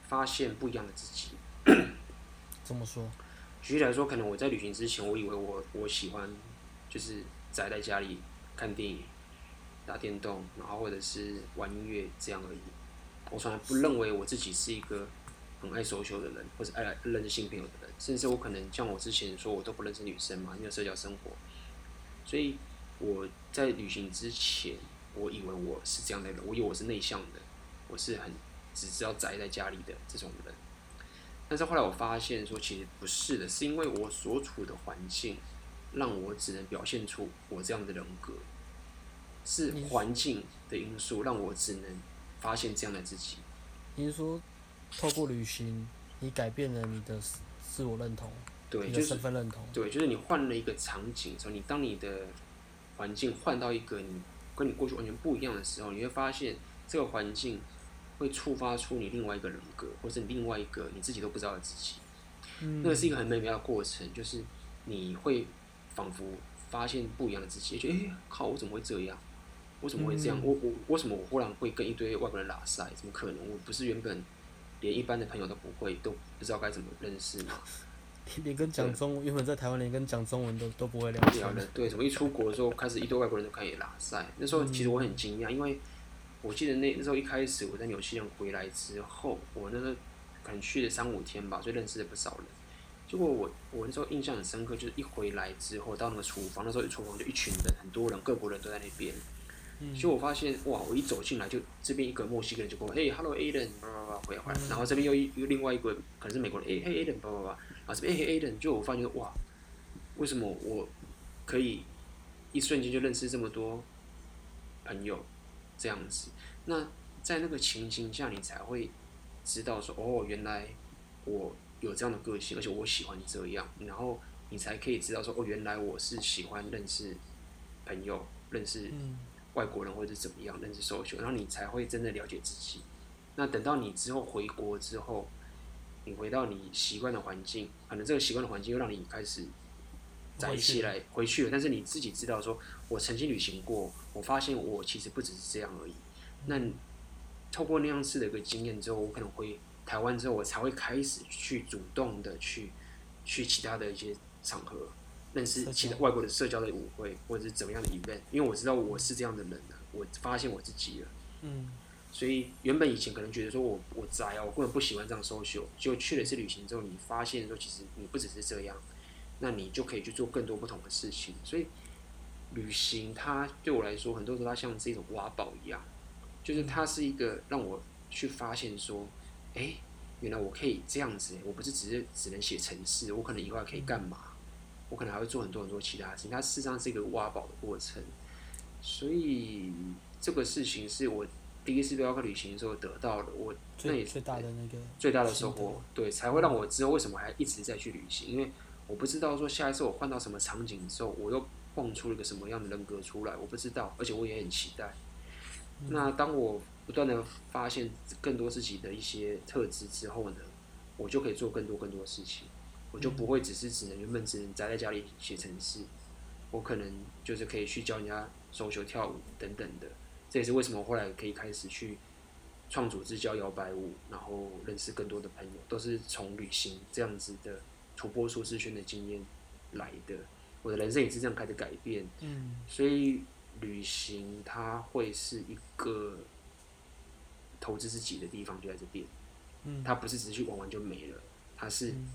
B: 发现不一样的自己。
A: 这么说，
B: 举例来说，可能我在旅行之前，我以为我我喜欢就是宅在家里看电影，打电动，然后或者是玩音乐这样而已。我从来不认为我自己是一个很爱收球的人，或者爱来认识新朋友的人，甚至我可能像我之前说，我都不认识女生嘛，因为社交生活。所以我在旅行之前，我以为我是这样的人，我以为我是内向的，我是很只知道宅在家里的这种人。但是后来我发现说，其实不是的，是因为我所处的环境，让我只能表现出我这样的人格，是
A: 你
B: 环境的因素让我只能发现这样的自己。
A: 你是说透过旅行，你改变了你的自自我认同，
B: 对，
A: 你
B: 就
A: 的
B: 是
A: 身份认同？
B: 对，就是你换了一个场景的时候，你当你的环境换到一个你跟你过去完全不一样的时候，你会发现这个环境会触发出你另外一个人格，或是你另外一个你自己都不知道的自己。那个是一个很美妙的过程，就是你会仿佛发现不一样的自己，就哎、诶靠，我怎么会这样？我怎么会这样？
A: 嗯
B: 我我为什么我忽然会跟一堆外国人拉塞？怎么可能？我不是原本连一般的朋友都不会，都不知道该怎么认识吗？
A: 连连跟讲中文，原本在台湾连跟讲中文都都不会聊
B: 聊
A: 天。
B: 的，对，怎么一出国的时候开始一堆外国人都开始拉塞，那时候其实我很惊讶，因为我记得那那时候一开始我在纽西兰回来之后，我那时候可能去了三五天吧，所以认识了不少人。结果我我那时候印象很深刻，就是一回来之后到那个厨房，那时候厨房就一群人，很多人，各国人都在那边。
A: 嗯
B: 就我发现哇，我一走进来就这边一个墨西哥人就跟我嘿，hello Aiden，叭叭叭，回来回来，然后这边又一又另外一个可能是美国人，哎、嘿 Aiden，叭叭叭，然后这边哎、嘿 Aiden，就我发现哇，为什么我可以一瞬间就认识这么多朋友这样子？那在那个情形下，你才会知道说哦，原来我有这样的个性，而且我喜欢这样，然后你才可以知道说哦，原来我是喜欢认识朋友，认识
A: 嗯
B: 外国人或者怎么样认识 social，然后你才会真的了解自己。那等到你之后回国之后，你回到你习惯的环境，可能这个习惯的环境又让你开始宅起来回去了，但是你自己知道说，我曾经旅行过，我发现我其实不只是这样而已。那你透过那样式的一个经验之后，我可能回台湾之后，我才会开始去主动的去去其他的一些场合，认识
A: 社
B: 其他
A: 交
B: 外国的社交的舞会或者是怎么样的 event，因为我知道我是这样的人了，我发现我自己了。
A: 嗯，
B: 所以原本以前可能觉得说我我宅啊，我根本不喜欢这样 social，就去了一次旅行之后，你发现说其实你不只是这样，那你就可以去做更多不同的事情。所以旅行它对我来说，很多时候它像是一种挖宝一样，就是它是一个让我去发现说，哎、原来我可以这样子、我不是只是只能写程式，我可能以后还可以干
A: 嗯
B: 嘛？我可能还会做很多很多其他事情。它事实上是一个挖宝的过程，所以这个事情是我第一次背包客旅行的时候得到的，我那
A: 最
B: 也
A: 最大的那个
B: 最大的收
A: 心
B: 获，对，才会让我知道为什么还一直在去旅行，因为我不知道说下一次我换到什么场景的时候，我又蹦出了一个什么样的人格出来，我不知道，而且我也很期待。那当我不断的发现更多自己的一些特质之后呢，我就可以做更多更多的事情，我就不会只是只能原本只能宅在家里写程式，我可能就是可以去教人家手球跳舞等等的，这也是为什么我后来可以开始去创组织教摇摆舞，然后认识更多的朋友，都是从旅行这样子的突破舒适圈的经验来的。我的人生也是这样开始改变，
A: 嗯
B: 所以旅行它会是一个投资自己的地方，就在这边。
A: 嗯
B: 它不是只是去玩玩就没了，它是
A: 嗯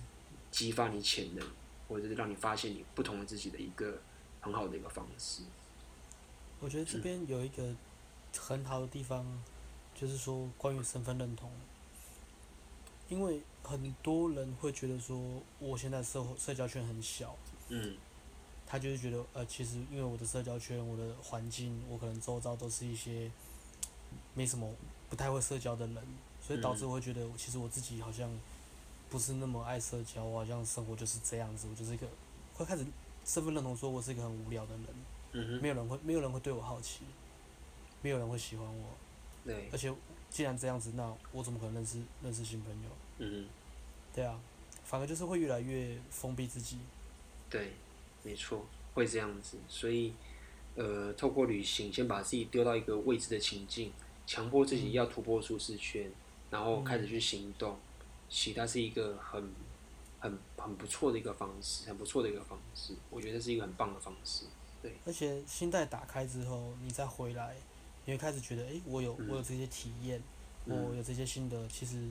B: 激发你潜能，或者是让你发现你不同的自己的一个很好的一个方式。
A: 我觉得这边有一个很好的地方，就是说关于身份认同，因为很多人会觉得说，我现在社会社交圈很小，
B: 嗯
A: 他就是觉得呃，其实因为我的社交圈、我的环境，我可能周遭都是一些没什么不太会社交的人，所以导致
B: 嗯
A: 我会觉得，其实我自己好像不是那么爱社交，我好像生活就是这样子，我就是一个会开始身份认同说我是一个很无聊的人。
B: 嗯
A: 没
B: 哼，
A: 有人会，没有人会对我好奇，没有人会喜欢我。
B: 对
A: 而，且既然这样子，那我怎么可能认识认识新朋友？
B: 嗯哼，
A: 对啊，反而就是会越来越封闭自己。
B: 对，没错，会这样子。所以，呃，透过旅行，先把自己丢到一个未知的情境，强迫自己要突破舒适圈，然后开始去行动。其他是一个很、很、很不错的一个方式，很不错的一个方式。我觉得是一个很棒的方式。对，
A: 而且心态打开之后，你再回来，你会开始觉得，诶，我有
B: 嗯
A: 我有这些体验，我有这些心得，其实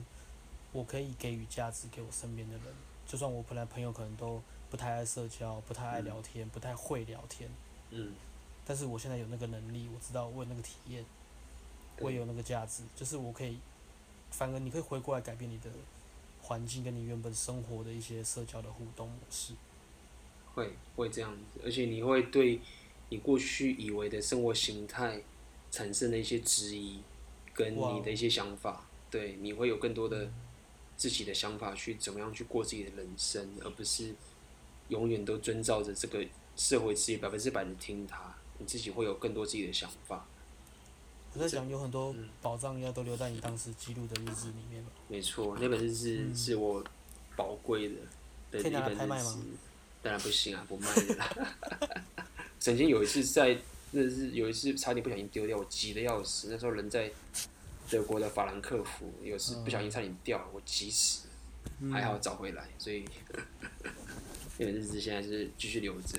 A: 我可以给予价值给我身边的人，就算我本来朋友可能都不太爱社交，不太爱
B: 嗯
A: 聊天，不太会聊天，
B: 嗯，
A: 但是我现在有那个能力，我知道我有那个体验，
B: 对
A: 我也有那个价值，就是我可以，反而你可以回过来改变你的环境跟你原本生活的一些社交的互动模式。
B: 会会这样子，而且你会对你过去以为的生活形态产生了一些质疑，跟
A: 哇
B: 你的一些想法，对，你会有更多的自己的想法去怎么样去过自己的人生，而不是永远都遵照着这个社会秩序百分之百的听他，你自己会有更多自己的想法，
A: 我在讲有很多
B: 嗯
A: 宝藏要都留在你当时记录的日子里面了。
B: 没错，那本日志
A: 嗯
B: 是我宝贵的的
A: 可
B: 一
A: 以拿来
B: 本
A: 拍卖
B: 日
A: 吗
B: 志，当然不行啊，不卖的啦。 (laughs) 曾经有一次在那是有一次差点不小心丢掉，我急得要死。那时候人在德国的法兰克福，有一次不
A: 嗯
B: 小心差点掉了，我急死了，还好找回来。所以那本日志现在是继续留着，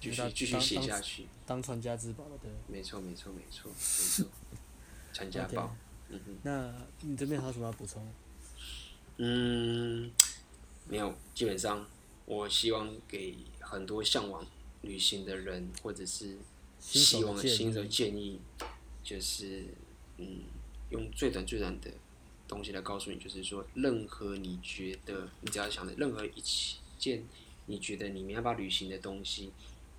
B: 继续
A: 那
B: 继续
A: 当
B: 写
A: 当
B: 下去。
A: 当传家之宝了，对。
B: 没错，没错，没错，没错，传家
A: (laughs) OK
B: 宝。嗯哼。
A: 那你这边还有什么要补充？
B: 嗯，没有，基本上我希望给很多向往旅行的人，或者是
A: 新手
B: 希
A: 的
B: 望
A: 建
B: 新手
A: 议
B: 建议，就是嗯，用最短最短的东西来告诉你，就是说，任何你觉得你只要想的任何一件你觉得你没办法旅行的东西，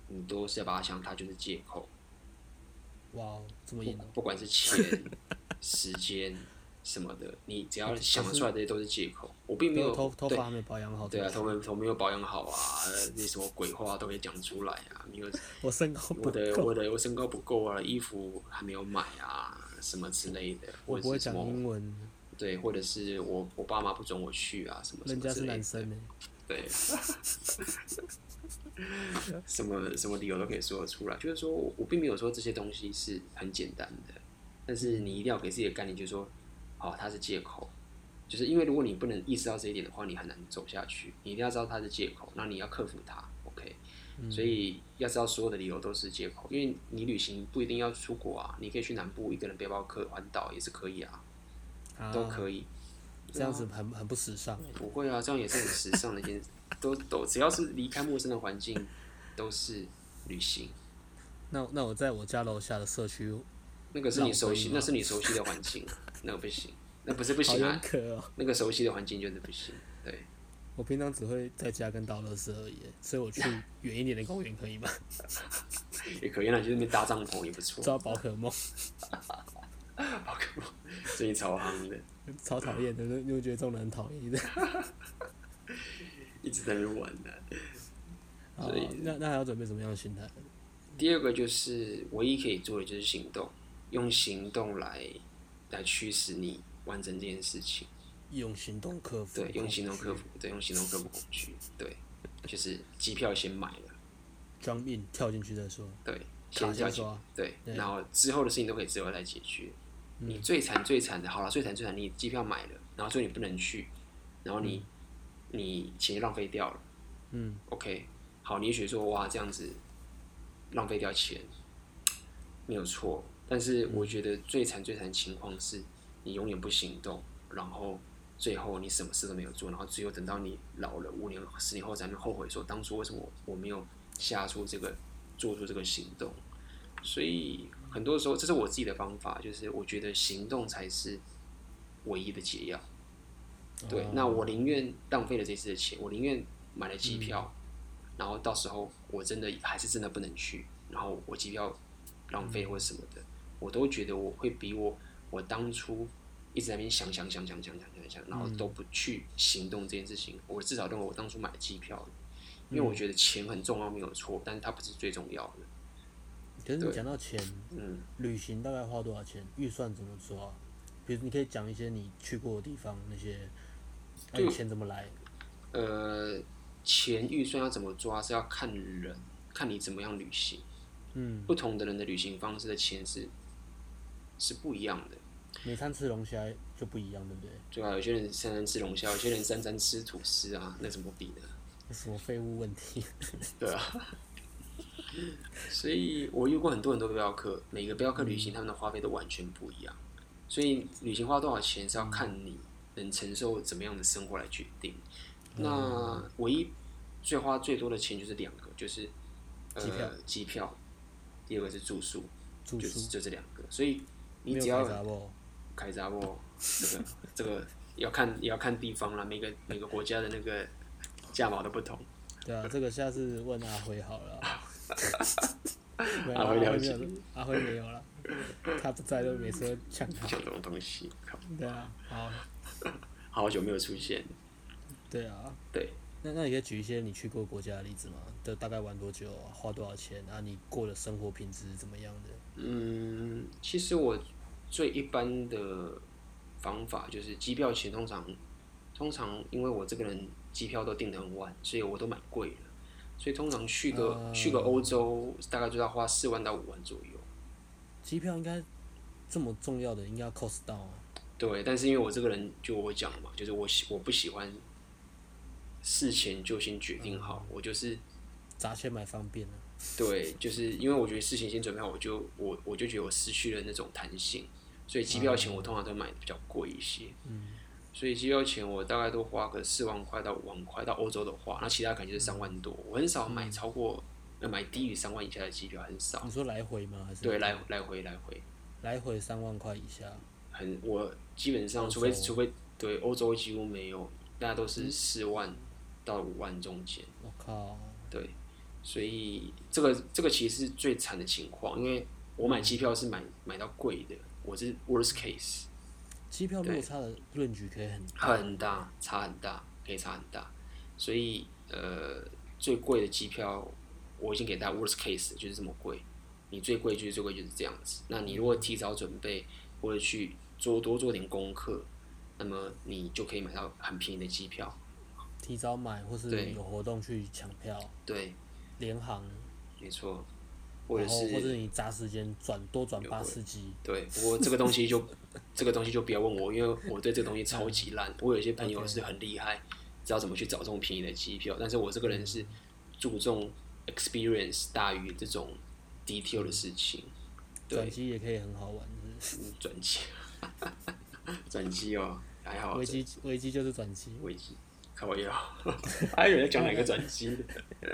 B: 你都是要把它想它就是借口。
A: 哇哦，这么
B: 不
A: 严哦！
B: 不管是钱、时间什么的，你只要想得出来的都是借口。我并没有
A: 对头头
B: 对
A: 发还没保养好。
B: 对啊，
A: 头
B: 头没头没有保养好啊，呃那什么鬼话都会讲出来啊，没
A: (laughs)
B: 有
A: 我身高不
B: 我的
A: 够，
B: 我的我身高不够啊，衣服还没有买啊，什么之类的，
A: (laughs)
B: 或
A: 我不
B: 者
A: 会
B: 是什
A: 讲
B: 么
A: 英文，
B: 对，或者是我我爸妈不准我去啊，什么什
A: 人
B: 么
A: 家
B: 之
A: 是
B: 类
A: 男
B: 的，
A: 生呢。欸
B: 对， (laughs) 什么什么理由都可以说得出来。就是说我我并没有说这些东西是很简单的，但是你一定要给自己的概念，就是说，好、它是借口，就是因为如果你不能意识到这一点的话，你很难走下去。你一定要知道它是借口，那你要克服它，OK。所以要知道所有的理由都是借口，因为你旅行不一定要出国啊，你可以去南部一个人背包客环岛也是可以啊，
A: 啊
B: 都可以。
A: 这样子很很不时尚。
B: 不会啊，这样也是很时尚的一件，都都只要是离开陌生的环境，都是旅行。
A: 那那我在我家楼下的社区，
B: 那个是你熟悉
A: 浪费，吗
B: 那是你熟悉的环境，那个不行，那不是不
A: 好
B: 行啊
A: 严，格哦。
B: 那个熟悉的环境就是不行。对，
A: 我平常只会在家跟倒垃圾而已，所
B: (laughs)
A: 以我去远一点的公园可以吗？ (laughs)
B: 也可以啦，去那边搭帐篷也不错，
A: 抓宝可梦，
B: 最近超夯的，
A: 超讨厌的，因为因为觉得这种人很讨厌。
B: 一直在那边玩的、
A: 好那那还要准备什么样的心态？
B: 第二个就是唯一可以做的就是行动，用行动来来驱使你完成这件事情。
A: 用行动克服。
B: 对，用行动克服，对，用行动克服恐惧，对，就是机票先买了。
A: 装硬跳进去再说。
B: 对，
A: 卡
B: 先
A: 先
B: 下去
A: 说啊，
B: 对，
A: 对嗯
B: 然后之后的事情都可以之后来解决。你最惨最惨的，好了，最惨最惨，你机票买了，然后最后你不能去，然后你、你钱浪费掉了
A: 嗯，
B: ，OK，好，你也许说哇这样子浪费掉钱，没有错，但是
A: 嗯
B: 我觉得最惨最惨的情况是你永远不行动，然后。最后你什么事都没有做，然后只有等到你老了五年、十年后才能后悔说，当初为什么我我没有下出这个做出这个行动。所以很多时候，这是我自己的方法，就是我觉得行动才是唯一的解药。对，那我宁愿浪费了这次的钱，我宁愿买了机票，然后到时候我真的还是真的不能去，然后我机票浪费或什么的，我都觉得我会比我我当初一直在那边想想想想想想想想，然后都不去行动这件事情，我至少认为我当初买的机票，因为我觉得钱很重要没有错，但是它不是最重要的。
A: 可是你讲到钱，
B: 嗯，
A: 旅行大概花多少钱？预算怎么抓、比如你可以讲一些你去过的地方，那些哎、
B: 对
A: 钱怎么来？
B: 呃，钱预算要怎么抓是要看人，看你怎么样旅行。
A: 嗯，
B: 不同的人的旅行方式的钱是是不一样的。
A: 每餐吃龙虾就不一样，对不对？
B: 对啊，有些人三餐吃龙虾，有些人三餐吃吐司啊，那怎么比呢？
A: (laughs) 那什么废物问题？
B: 对啊，所以我遇过很多很多背包客，每个背包客旅
A: 嗯
B: 行他们的花费都完全不一样，所以旅行花多少钱
A: 嗯
B: 是要看你能承受怎么样的生活来决定。
A: 嗯
B: 那唯一最花最多的钱就是两个，就是呃
A: 机票
B: 机票，第二个是住宿，
D: 住
B: 就
D: 宿
B: 是就这两个，所以你
A: 没有
B: 只要
A: 开闸不？
B: 凯撒沃，这个这个要看也要看地方啦，每个每个国家的那个价码都不同。
A: 对啊，这个下次问阿辉好了啊。
B: (laughs)
A: 没有
B: 阿
A: 阿
B: 辉
A: 辉
B: 了
A: 没
B: 解
A: 有，阿辉没有了，他不在就每次都抢他。
B: 讲这种东西，靠
A: 对啊，好，
B: 好久没有出现。
A: 对啊，
B: 对，
A: 那那你可以举一些你去过国家的例子吗？的大概玩多久啊？花多少钱啊？你过的生活品质怎么样的？
B: 嗯，其实我最一般的方法就是机票钱，通常通常因为我这个人机票都订得很晚，所以我都蛮贵的，所以通常去个、
A: 啊
B: 去个欧洲大概就要花四万到五万左右。
A: 机票应该这么重要的，应该要 cost down 啊。
B: 对，但是因为我这个人，就我讲嘛，就是我喜我不喜欢事前就先决定好，我就是
A: 砸钱买方便啊。
B: 对，就是因为我觉得事情先准备好，我就我我就觉得我失去了那种弹性，所以机票钱我通常都买的比较贵一些，
A: 嗯，
B: 所以机票钱我大概都花个四万块到五万块到欧洲的话，那其他可能就是三万多，我很少
A: 嗯
B: 买超过呃买低于三万以下的机票，很少，
A: 你说来回吗？还是
B: 对，来来回来回。
A: 来回三万块以下，
B: 很我基本
A: 欧
B: 上，
A: 洲嗯
B: 除非除非对欧洲几乎没有，大家都是四万到五万中间，
A: 我靠，
B: 对，所以这个这个其实是最惨的情况，因为我买机票是买买到贵的，我是 worst case，
A: 机票
B: 对
A: 落差的论据可以很大。
B: 很大差很大，可以差很大，所以呃最贵的机票我已经给大家 worst case 就是这么贵，你最贵就是最贵就是这样子，那你如果提早准备或者去做多做点功课，那么你就可以买到很便宜的机票，
A: 提早买或是
B: 对
A: 有活动去抢票，
B: 对，
A: 联航，
B: 没错，或者
A: 然后
B: 是
A: 或者你砸时间转多转
B: 有
A: 八
B: 会
A: 四机，
B: 对，不过这个东西就这个东西就不要问我，因为我对这个东西超级烂。我有一些朋友是很厉害，知道怎么去找这种便宜的机票，但是我这个人是注重 experience 大于这种 detail
A: 嗯
B: 的事情。
A: 转
B: 对，
A: 机也可以很好玩，是不是
B: 嗯转机，转机哦，还好
A: 危机危机就是转机。
B: 危机，看我
A: (laughs)
B: 要，还有人讲哪个转机的？ (laughs)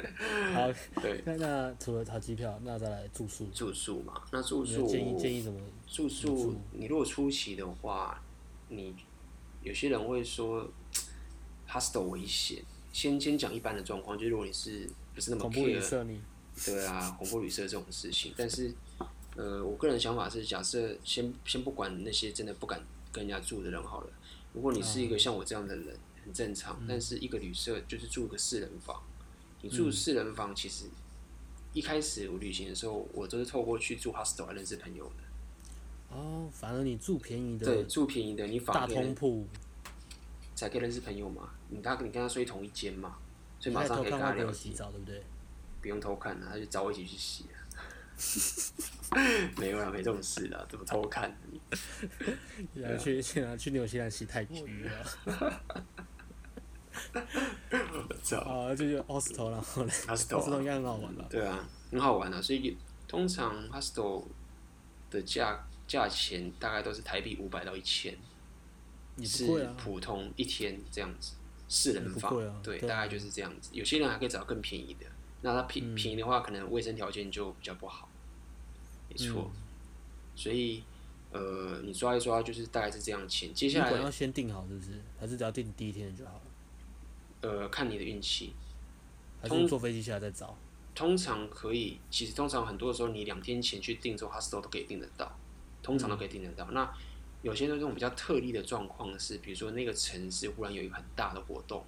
A: 好，
B: 对，
A: 那那除了查机票，那再来住宿，
B: 住宿嘛，那住
A: 你
B: 宿
A: 有建议建议怎么？
B: 住
A: 嗯
B: 宿，你如果初期的话，你有些人会说 hostel 危险。先先讲一般的状况，就是如果你是不是那么
A: 恐怖旅
B: care，
A: 社你
B: 对
A: (laughs)
B: 啊，恐怖旅社这种事情。但是，呃，我个人想法是，假设先先不管那些真的不敢跟人家住的人好了，如果你是
A: 嗯
B: 一个像我这样的人，很正常。但是一个旅社就是住个四人房，你
A: 嗯
B: 住四人房其实。一开始我旅行的时候，我都是透过去住 hostel 来认识朋友的。
A: 哦，反而你住便宜
B: 对，
A: 的
B: 住便宜的，你反
A: 大
B: 而可以
A: 通铺，
B: 才可以认识朋友嘛。你他你跟他睡同一间嘛，所
A: 你
B: 以马
A: 在
B: 上
A: 偷
B: 可以
A: 看
B: 跟他
A: 外国
B: 聊
A: 人洗
B: 天，
A: 澡，对不对？
B: 不用偷看了，啊他就找我一起去洗了。 (laughs) 没有啦，没这种事啦，怎么偷看？啊
A: 然后去然后去纽西兰洗泰国
B: (laughs)
A: 鱼啊，
B: 我操，
A: 啊，这就 hostel 然后嘞
B: 他是偷
A: ，hostel 应该很好玩吧？
B: 对啊，很好玩啊。所以通常 hostel 的价价钱大概都是台币五百到一千，
A: 也
B: 是
A: 不贵啊，
B: 普通一天这样子，四人
A: 也不
B: 房，
A: 贵啊
B: 对，
A: 对啊
B: 大概就是这样子。有些人还可以找到更便宜的，那他便、
A: 嗯
B: 便宜的话，可能卫生条件就比较不好，没错。
A: 嗯
B: 所以呃，你抓一抓，就是大概是这样钱。接
A: 旅
B: 下
A: 馆
B: 来
A: 要先订好是不是？还是只要订第一天就好了？
B: 呃，看你的运气，
A: 还是坐飞机下来再找？
B: 通常可以，其实通常很多的时候，你两天前去订之后，hostel 都可以订得到，通常都可以订得
A: 嗯
B: 到。那有些那种比较特例的状况是，比如说那个城市忽然有一个很大的活动。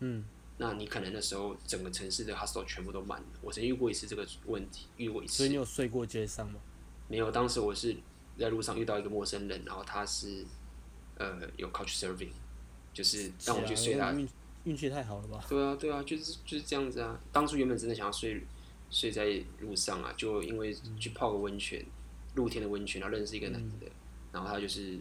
A: 嗯，
B: 那你可能那时候整个城市的 hostel 全部都满了。我曾经遇过一次这个问题，遇过一
A: 所
B: 次
A: 以你有睡过街上吗？
B: 没有。当时我是在路上遇到一个陌生人，然后他是呃有 couch serving，就是让我去睡
A: 啊
B: 他。
A: 运运气太好了吧？
B: 对啊，对啊，就是就是这样子啊。当初原本真的想要睡睡在路上啊，就因为去泡个温泉，露天的温泉，然后认识一个男的，然后他就是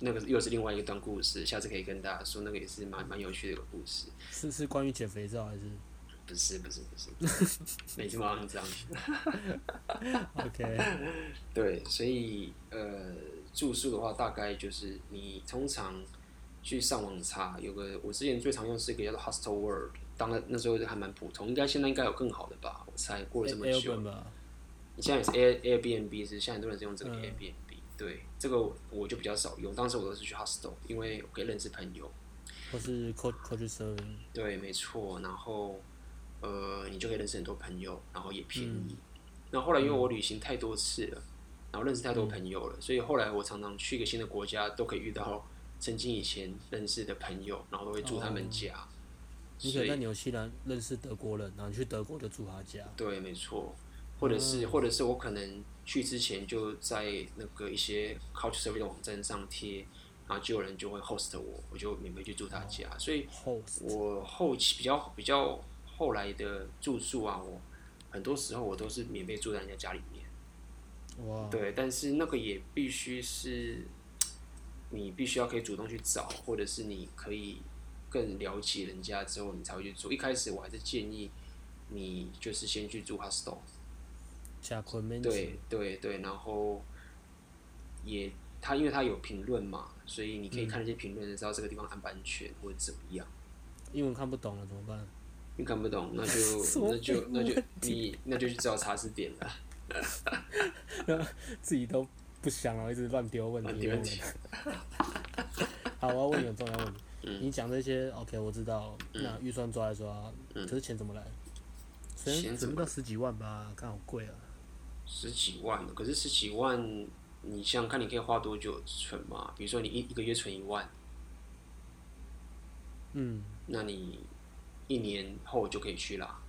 B: 那个又是另外一段故事，下次可以跟大家说，那个也是蛮蛮有趣的一个故事。
A: 是是关于减肥照还是？
B: 不是不是不是，不是没这么肮脏。
A: OK，
B: 对，所以呃，住宿的话，大概就是你通常去上网查，有个我之前最常用是一个叫做 Hostel World，当然那时候还蛮普通，应该现在应该有更好的 (laughs) 吧？我猜过了这么
A: A-
B: 久，
A: Elburn 吧，
B: 你现在也是 Air Airbnb 是现在很多人是用这个
A: 嗯
B: Airbnb，、对，这个我就比较少用，当时我都是去 Hostel，因为我可以认识朋友。
A: 或是 Coach Coach Serving，
B: 对，没错。然后，呃，你就可以认识很多朋友，然后也便宜。那、后来因为我旅行太多次了，然后认识太多朋友了，所以后来我常常去一个新的国家，都可以遇到曾经以前认识的朋友，然后都会住他们家。
A: 你可
B: 所
A: 能在
B: 以，
A: 纽西兰认识德国人，然后你去德国就住他家。
B: 对，没错。或者是，或者是我可能去之前就在那个一些 Couchsurfing 的网站上贴，然后就有人就会 host 我，我就免费去住他家。所以
A: Host，
B: 我后期比较比较后来的住宿啊，我很多时候我都是免费住在人家家里面。
A: 哇，
B: 对，但是那个也必须是你必须要可以主动去找，或者是你可以更了解人家之后，你才会去做。一开始我还是建议你就是先去住 hostel，
A: 贾昆明
B: 对对对，然后也他因为他有评论嘛，所以你可以看那些评论，知道这个地方安不安全或者怎么样。
A: 英文看不懂了怎么办？ (laughs)
B: 你看不懂，那就
A: 什么
B: 那就那就你那就去找查字典啊
A: (laughs)
B: 了，
A: 自己都不想，然后一直乱丢问题。
B: 问题问题。
A: 好，我要问你很重要问
B: (laughs)
A: 题。
B: 嗯
A: 你讲这些，OK，我知道。那预算抓一抓，可是钱怎么来？
B: 嗯钱
A: 钱
B: 怎
A: 只
B: 么
A: 不到十几万吧，看好贵啊。
B: 十几万，可是十几万，你想想看，你可以花多久存嘛？比如说你一一个月存一万，
A: 嗯，
B: 那你一年后就可以去啦。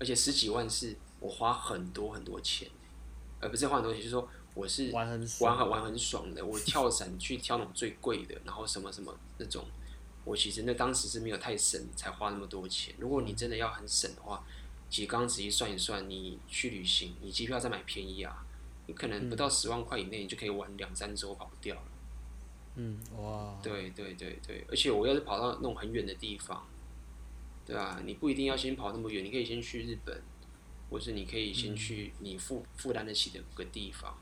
B: 而且十几万是我花很多很多钱，而不是花很多钱，就是说我是
A: 玩很
B: 玩
A: 爽。
B: 很玩很爽的，我跳伞去挑那种最贵的，然后什么什么那种，我其实那当时是没有太省才花那么多钱。如果你真的要很省的话，其实刚刚仔细算一算，你去旅行，你机票再买便宜啊，你可能不到十万块以内，你就可以玩两三周跑不掉了。
A: 嗯，哇，
B: 对对对对，而且我要是跑到那种很远的地方，对啊，你不一定要先跑那么远，你可以先去日本，或是你可以
A: 嗯
B: 先去你负负担得起的个地方，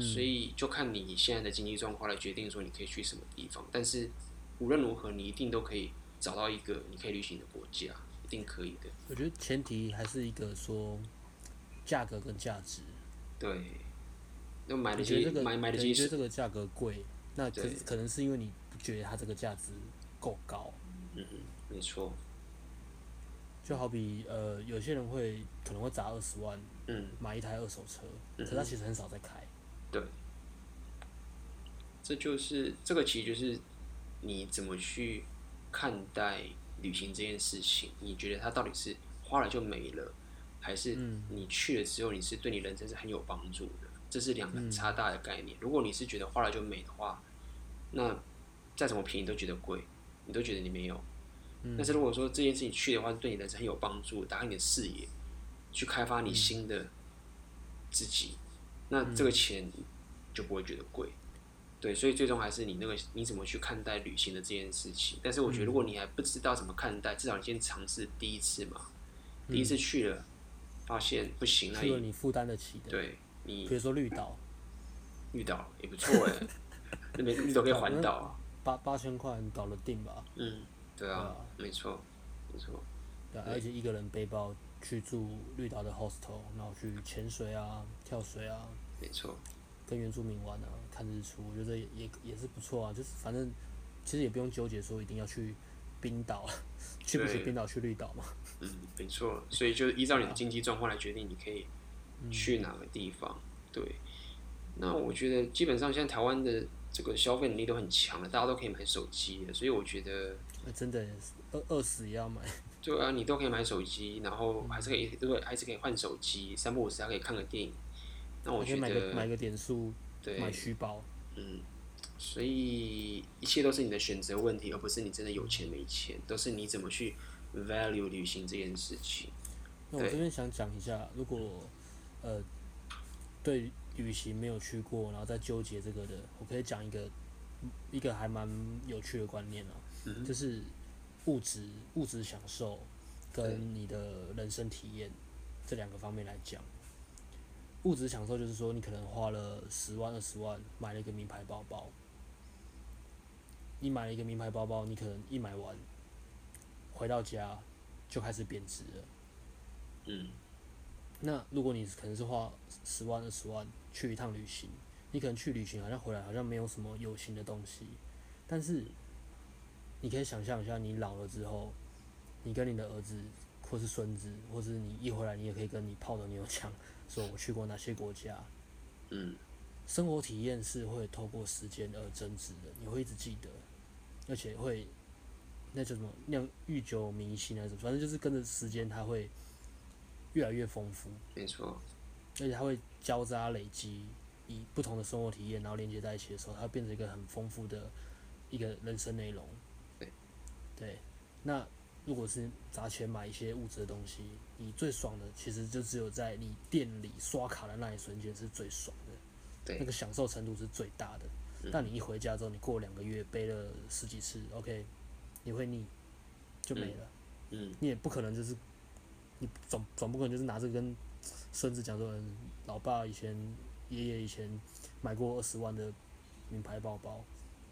B: 所以就看你现在的经济状况来决定说你可以去什么地方。但是无论如何，你一定都可以找到一个你可以旅行的国家，一定可以的。
A: 我觉得前提还是一个说价格跟价值。
B: 对，那买得
A: 你觉
B: 起
A: 得这个，
B: 买买得
A: 对你
B: 起
A: 觉得
B: 水，
A: 这个价格贵，那可
B: 对
A: 可能是因为你不觉得它这个价值够高。
B: 嗯没错，
A: 就好比呃，有些人会可能会砸二十万
B: 嗯，
A: 买一台二手车，可是他其实很少在开。
B: 这就是这个，其实就是你怎么去看待旅行这件事情。你觉得它到底是花了就没了，还是你去了之后，你是对你人生是很有帮助的？这是两个很差大的概念。如果你是觉得花了就没的话，那再怎么便宜都觉得贵，你都觉得你没有。但是如果说这件事情去的话，对你人生很有帮助，打开你的视野，去开发你新的自己，那这个钱就不会觉得贵。对，所以最终还是你那个你怎么去看待旅行的这件事情。但是我觉得，如果你还不知道怎么看待，至少你先尝试第一次嘛。第一次去了，发现不行，那
A: 去了
B: 也
A: 你负担得起的，
B: 对你
A: 比如说绿岛
B: 遇到了也不错哎、那边遇到可以环岛啊。
A: 八八千块你搞得定吧？
B: 嗯，对啊，没错，没错，
A: 对啊，而且一个人背包去住绿岛的 hostel，然后去潜水啊、跳水啊，
B: 没错，
A: 跟原住民玩啊、看日出，我觉得也也也是不错啊。就是反正其实也不用纠结说一定要去冰岛，啊去不去
B: 对
A: 冰岛去绿岛嘛。
B: 嗯，没错。所以就依照你的经济状况来决定你可以
A: 嗯
B: 去哪个地方。对，那我觉得基本上现在台湾的这个消费能力都很强了，大家都可以买手机了，所以我觉得。
A: 哎真的饿饿死也要买。
B: 对啊，你都可以买手机，然后
A: 嗯
B: 还是可以，对，还是可以换手机，三不五时还可以看个电影。那我觉
A: 还可以买个买
B: 得，
A: 个点数，
B: 对
A: 买虚包。
B: 嗯，所以一切都是你的选择问题，而不是你真的有钱没钱，都是你怎么去 value 旅行这件事情。
A: 那我
B: 对
A: 这边想讲一下，如果呃对旅行没有去过，然后再纠结这个的，我可以讲一个一
B: 嗯
A: 个还蛮有趣的观念啊，就是物质物质享受
B: 对
A: 跟你的人生体验这两个方面来讲，物质享受就是说你可能花了十万二十万买了一个名牌包包，你买了一个名牌包包，你可能一买完回到家就开始贬值了。
B: 嗯，
A: 那如果你可能是花十万二十万去一趟旅行，你可能去旅行好像回来好像没有什么有形的东西，但是你可以想象一下，你老了之后，你跟你的儿子或是孙子，或是你一回来，你也可以跟你泡的妞讲， (laughs) 说我去过哪些国家。
B: 嗯，
A: 生活体验是会透过时间而增值的，你会一直记得，而且会那叫什么酿愈久弥新啊还是什么，反正就是跟着时间，它会越来越丰富。
B: 没错，
A: 而且它会交叉累积，以不同的生活体验，然后连接在一起的时候，它会变成一个很丰富的一个人生内容。
B: 对，
A: 对。那如果是砸钱买一些物质的东西，你最爽的其实就只有在你店里刷卡的那一瞬间是最爽的，那
B: 对
A: 个，享受程度是最大的。
B: 嗯
A: 但你一回家之后，你过两个月背了十几次，OK，你会腻，就没了。
B: 嗯，
A: 你也不可能就是，你总总不可能就是拿这个跟孙子讲说，嗯老爸以前爷爷以前买过二十万的名牌包包，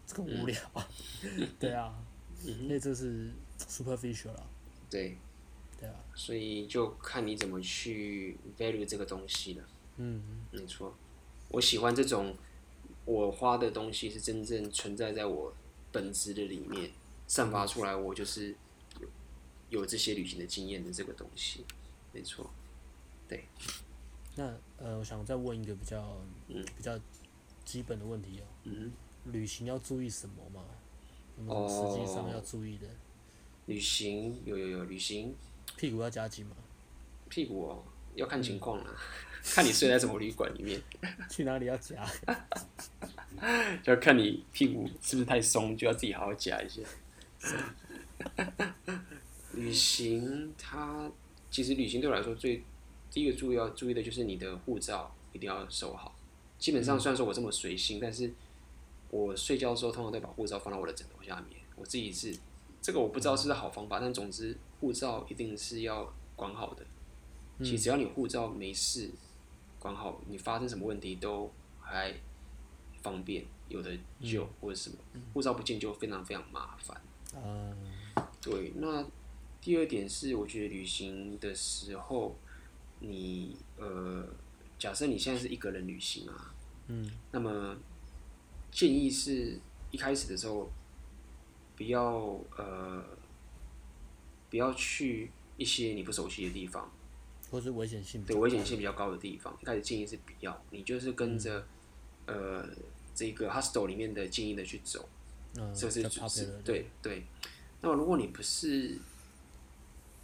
A: 这个
B: 嗯
A: 无聊啊， (laughs) 对啊，因为这是 superficial 啦，
B: 对，
A: 对啊，
B: 所以就看你怎么去 value 这个东西了。
A: 嗯，
B: 没错，我喜欢这种我花的东西是真正存在在我本质的里面，散发出来，我就是有有这些旅行的经验的这个东西。没错，
A: 那呃，我想再问一个比较、
B: 嗯
A: 比较基本的问题哦、
B: 嗯，哦
A: 旅行要注意什么吗？有没有什么实际上要注意的？
B: 旅行有有有旅行，
A: 屁股要夹紧吗？
B: 屁股哦要看情况啦， (laughs) 看你睡在什么旅馆里面，
A: 去哪里要夹？ (laughs)
B: 就要看你屁股是不是太松，就要自己好好夹一下。旅行它其实旅行对我来说最第一个注意要注意的就是你的护照一定要收好。基本上虽然说我这么随性，但是我睡觉的时候通常都把护照放到我的枕头下面。我自己是这个我不知道是不是好方法，但总之护照一定是要管好的。其实只要你护照没事，管好，你发生什么问题都还方便，有的救或者什么。护照不见就非常非常麻烦。
A: 嗯
B: 对，那第二点是，我觉得旅行的时候，你呃，假设你现在是一个人旅行啊，
A: 嗯，
B: 那么建议是一开始的时候，不要呃，不要去一些你不熟悉的地方，
A: 或是危险性比较
B: 对危险性比较高的地方，一开始建议是不要，你就是跟着、呃这个 hostel 里面的建议的去走。
A: 嗯，
B: 这
A: 比
B: 是
A: 较
B: 主持
A: popular 的
B: 对对。那么如果你不是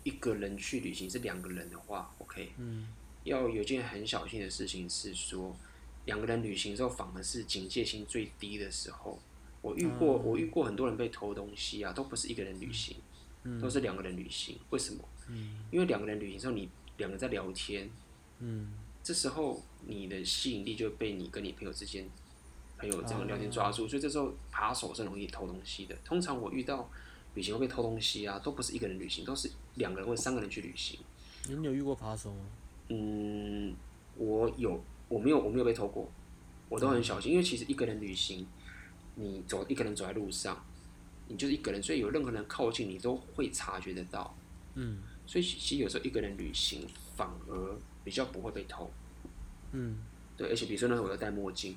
B: 一个人去旅行，是两个人的话，OK，
A: 嗯，
B: 要有一件很小心的事情是说，两个人旅行的时候反而是警戒心最低的时候。我遇过，
A: 嗯
B: 我遇过很多人被偷东西啊，都不是一个人旅行，
A: 嗯
B: 都是两个人旅行。为什么？因为两个人旅行的时候，你两个人在聊天，
A: 嗯，
B: 这时候你的吸引力就被你跟你朋友之间朋友这样聊天抓住，所以这时候扒手是容易偷东西的。通常我遇到旅行会被偷东西啊，都不是一个人旅行，都是两个人或三个人去旅行。
A: 你有遇过扒手吗？
B: 嗯，我有，我没有，我没有被偷过，我都很小心，因为其实一个人旅行，你走一个人走在路上，你就是一个人，所以有任何人靠近你都会察觉得到。
A: 嗯
B: 所以其其实有时候一个人旅行反而比较不会被偷。
A: 嗯
B: 对，而且比如说那时候我又戴墨镜，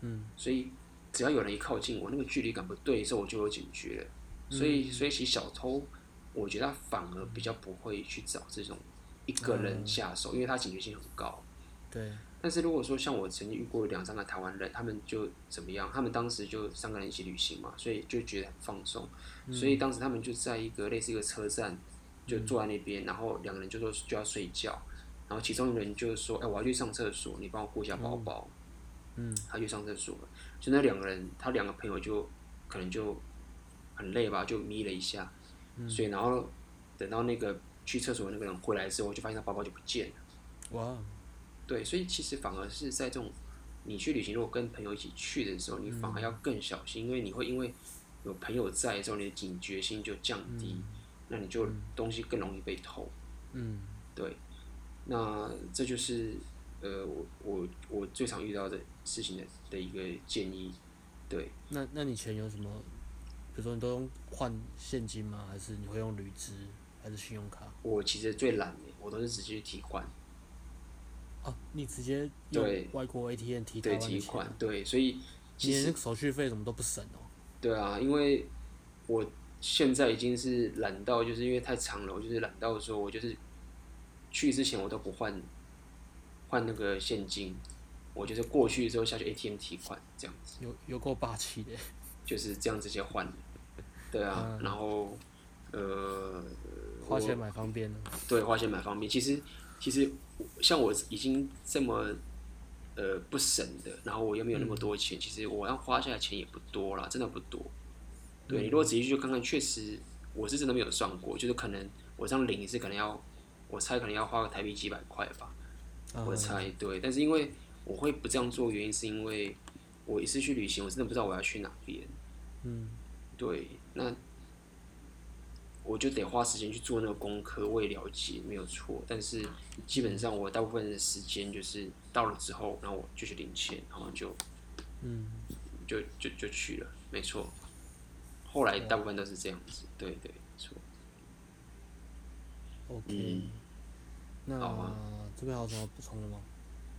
A: 嗯
B: 所以只要有人一靠近我，那个距离感不对的时候，我就有警觉了。所以，所以其实小偷，我觉得他反而比较不会去找这种一个人下手，因为他警觉性很高。
A: 对，
B: 但是如果说像我曾经遇过两三个台湾人，他们就怎么样？他们当时就三个人一起旅行嘛，所以就觉得很放松。所以当时他们就在一个类似一个车站，就坐在那边，然后两个人就说就要睡觉，然后其中一个人就说：“哎、我要去上厕所，你帮我顾一下包包。
A: 嗯
B: 他去上厕所了，就那两个人，他两个朋友就可能就很累吧，就眯了一下，所以然后等到那个去厕所的那个人回来之后，就发现他包包就不见了。
A: 哇，哦
B: 对，所以其实反而是在这种你去旅行，如果跟朋友一起去的时候，你反
A: 嗯
B: 而要更小心，因为你会因为有朋友在的时候，你的警觉心就降低，那你就东西更容易被偷。
A: 嗯
B: 对，那这就是呃我我我最常遇到的事情的的一个建议。对，
A: 那那你钱有什么？比如说你都用换现金吗？还是你会用铝资？还是信用卡？
B: 我其实最懒的，我都是直接提款，
A: 哦，你直接
B: 对
A: 用外国 ATM 提台
B: 对
A: 湾
B: 提
A: 的
B: 款
A: 钱，，
B: 对，所以
A: 你
B: 其实
A: 连那个手续费什么都不省哦。
B: 对啊，因为我现在已经是懒到，就是因为太长了，我就是懒到说，我就是去之前我都不换换那个现金，我就是过去之后下去 ATM 提款，这样子
A: 有有够霸气的，
B: 就是这样直接换的。对啊，然后呃，
A: 花钱买方便呢。
B: 对，花钱买方便。其实其实我像我已经这么呃不省的，然后我又没有那么多钱，其实我要花下的钱也不多啦，真的不多。对你如果仔细去看看，确实我是真的没有算过，就是可能我这样领一次可能要，我猜可能要花个台币几百块吧，我
A: 嗯
B: 猜对。但是因为我会不这样做，原因是因为我一次去旅行，我真的不知道我要去哪边。
A: 嗯，
B: 对，那我就得花时间去做那个功课，我也了解没有错。但是基本上我大部分的时间就是到了之后，然后我就去领钱，然后就
A: 嗯，
B: 就就就去了，没错。后来大部分都是这样子，对对，没错。
A: OK，、
B: 嗯
A: 那、
B: 好啊
A: 这边还有什么补充的吗？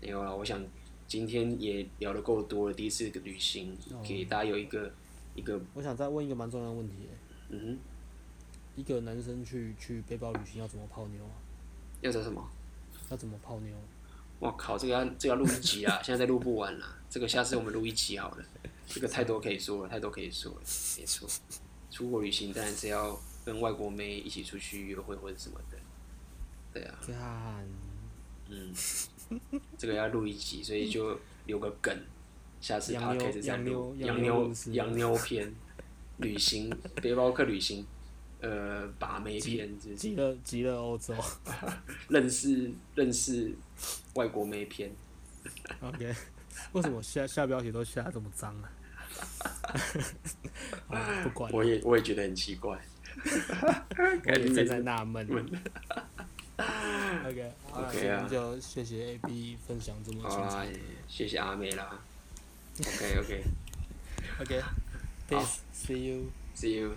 B: 没有啊，我想今天也聊得够多了，第一次旅行
A: 哦
B: 给大家有一个一个
A: 我想再问一个蛮重要的问题耶，
B: 嗯
A: 一个男生去去背包旅行要怎么泡妞啊？
B: 哼，要找什么？
A: 要怎么泡妞？啊
B: 我靠，这个要这个要录一集啊，现 (laughs) 在再录不完啦。这个下次我们录一集好了，这个太多可以说了，太多可以说了，没错。出国旅行当然是要跟外国妹一起出去约会或者什么的，对啊，
A: 看，
B: 嗯，这个要录一集，所以就留个梗，下次
A: 嗯洋妞
B: podcast 再录洋
A: 洋妞
B: 妞
A: 故事
B: 洋妞篇，旅行背包客旅行，呃，把妹篇就是
A: 极了极了欧洲
B: 认识认识外国妹篇。
A: ，OK，为 (laughs) 什么下下标题都下得这么脏啊？ (laughs) 好啦不管了，
B: 我也我也觉得很奇
A: (laughs)
B: 怪，
A: 我也
B: 每
A: 正
B: 次
A: 在纳闷。OK，好了，
B: OK
A: 今天
B: 啊
A: 就谢谢 AB 分享这么
B: 好啊
A: 精
B: 啦
A: 彩。，
B: 谢谢阿妹啦。OK OK，
A: OK，peace，see you。
B: See you。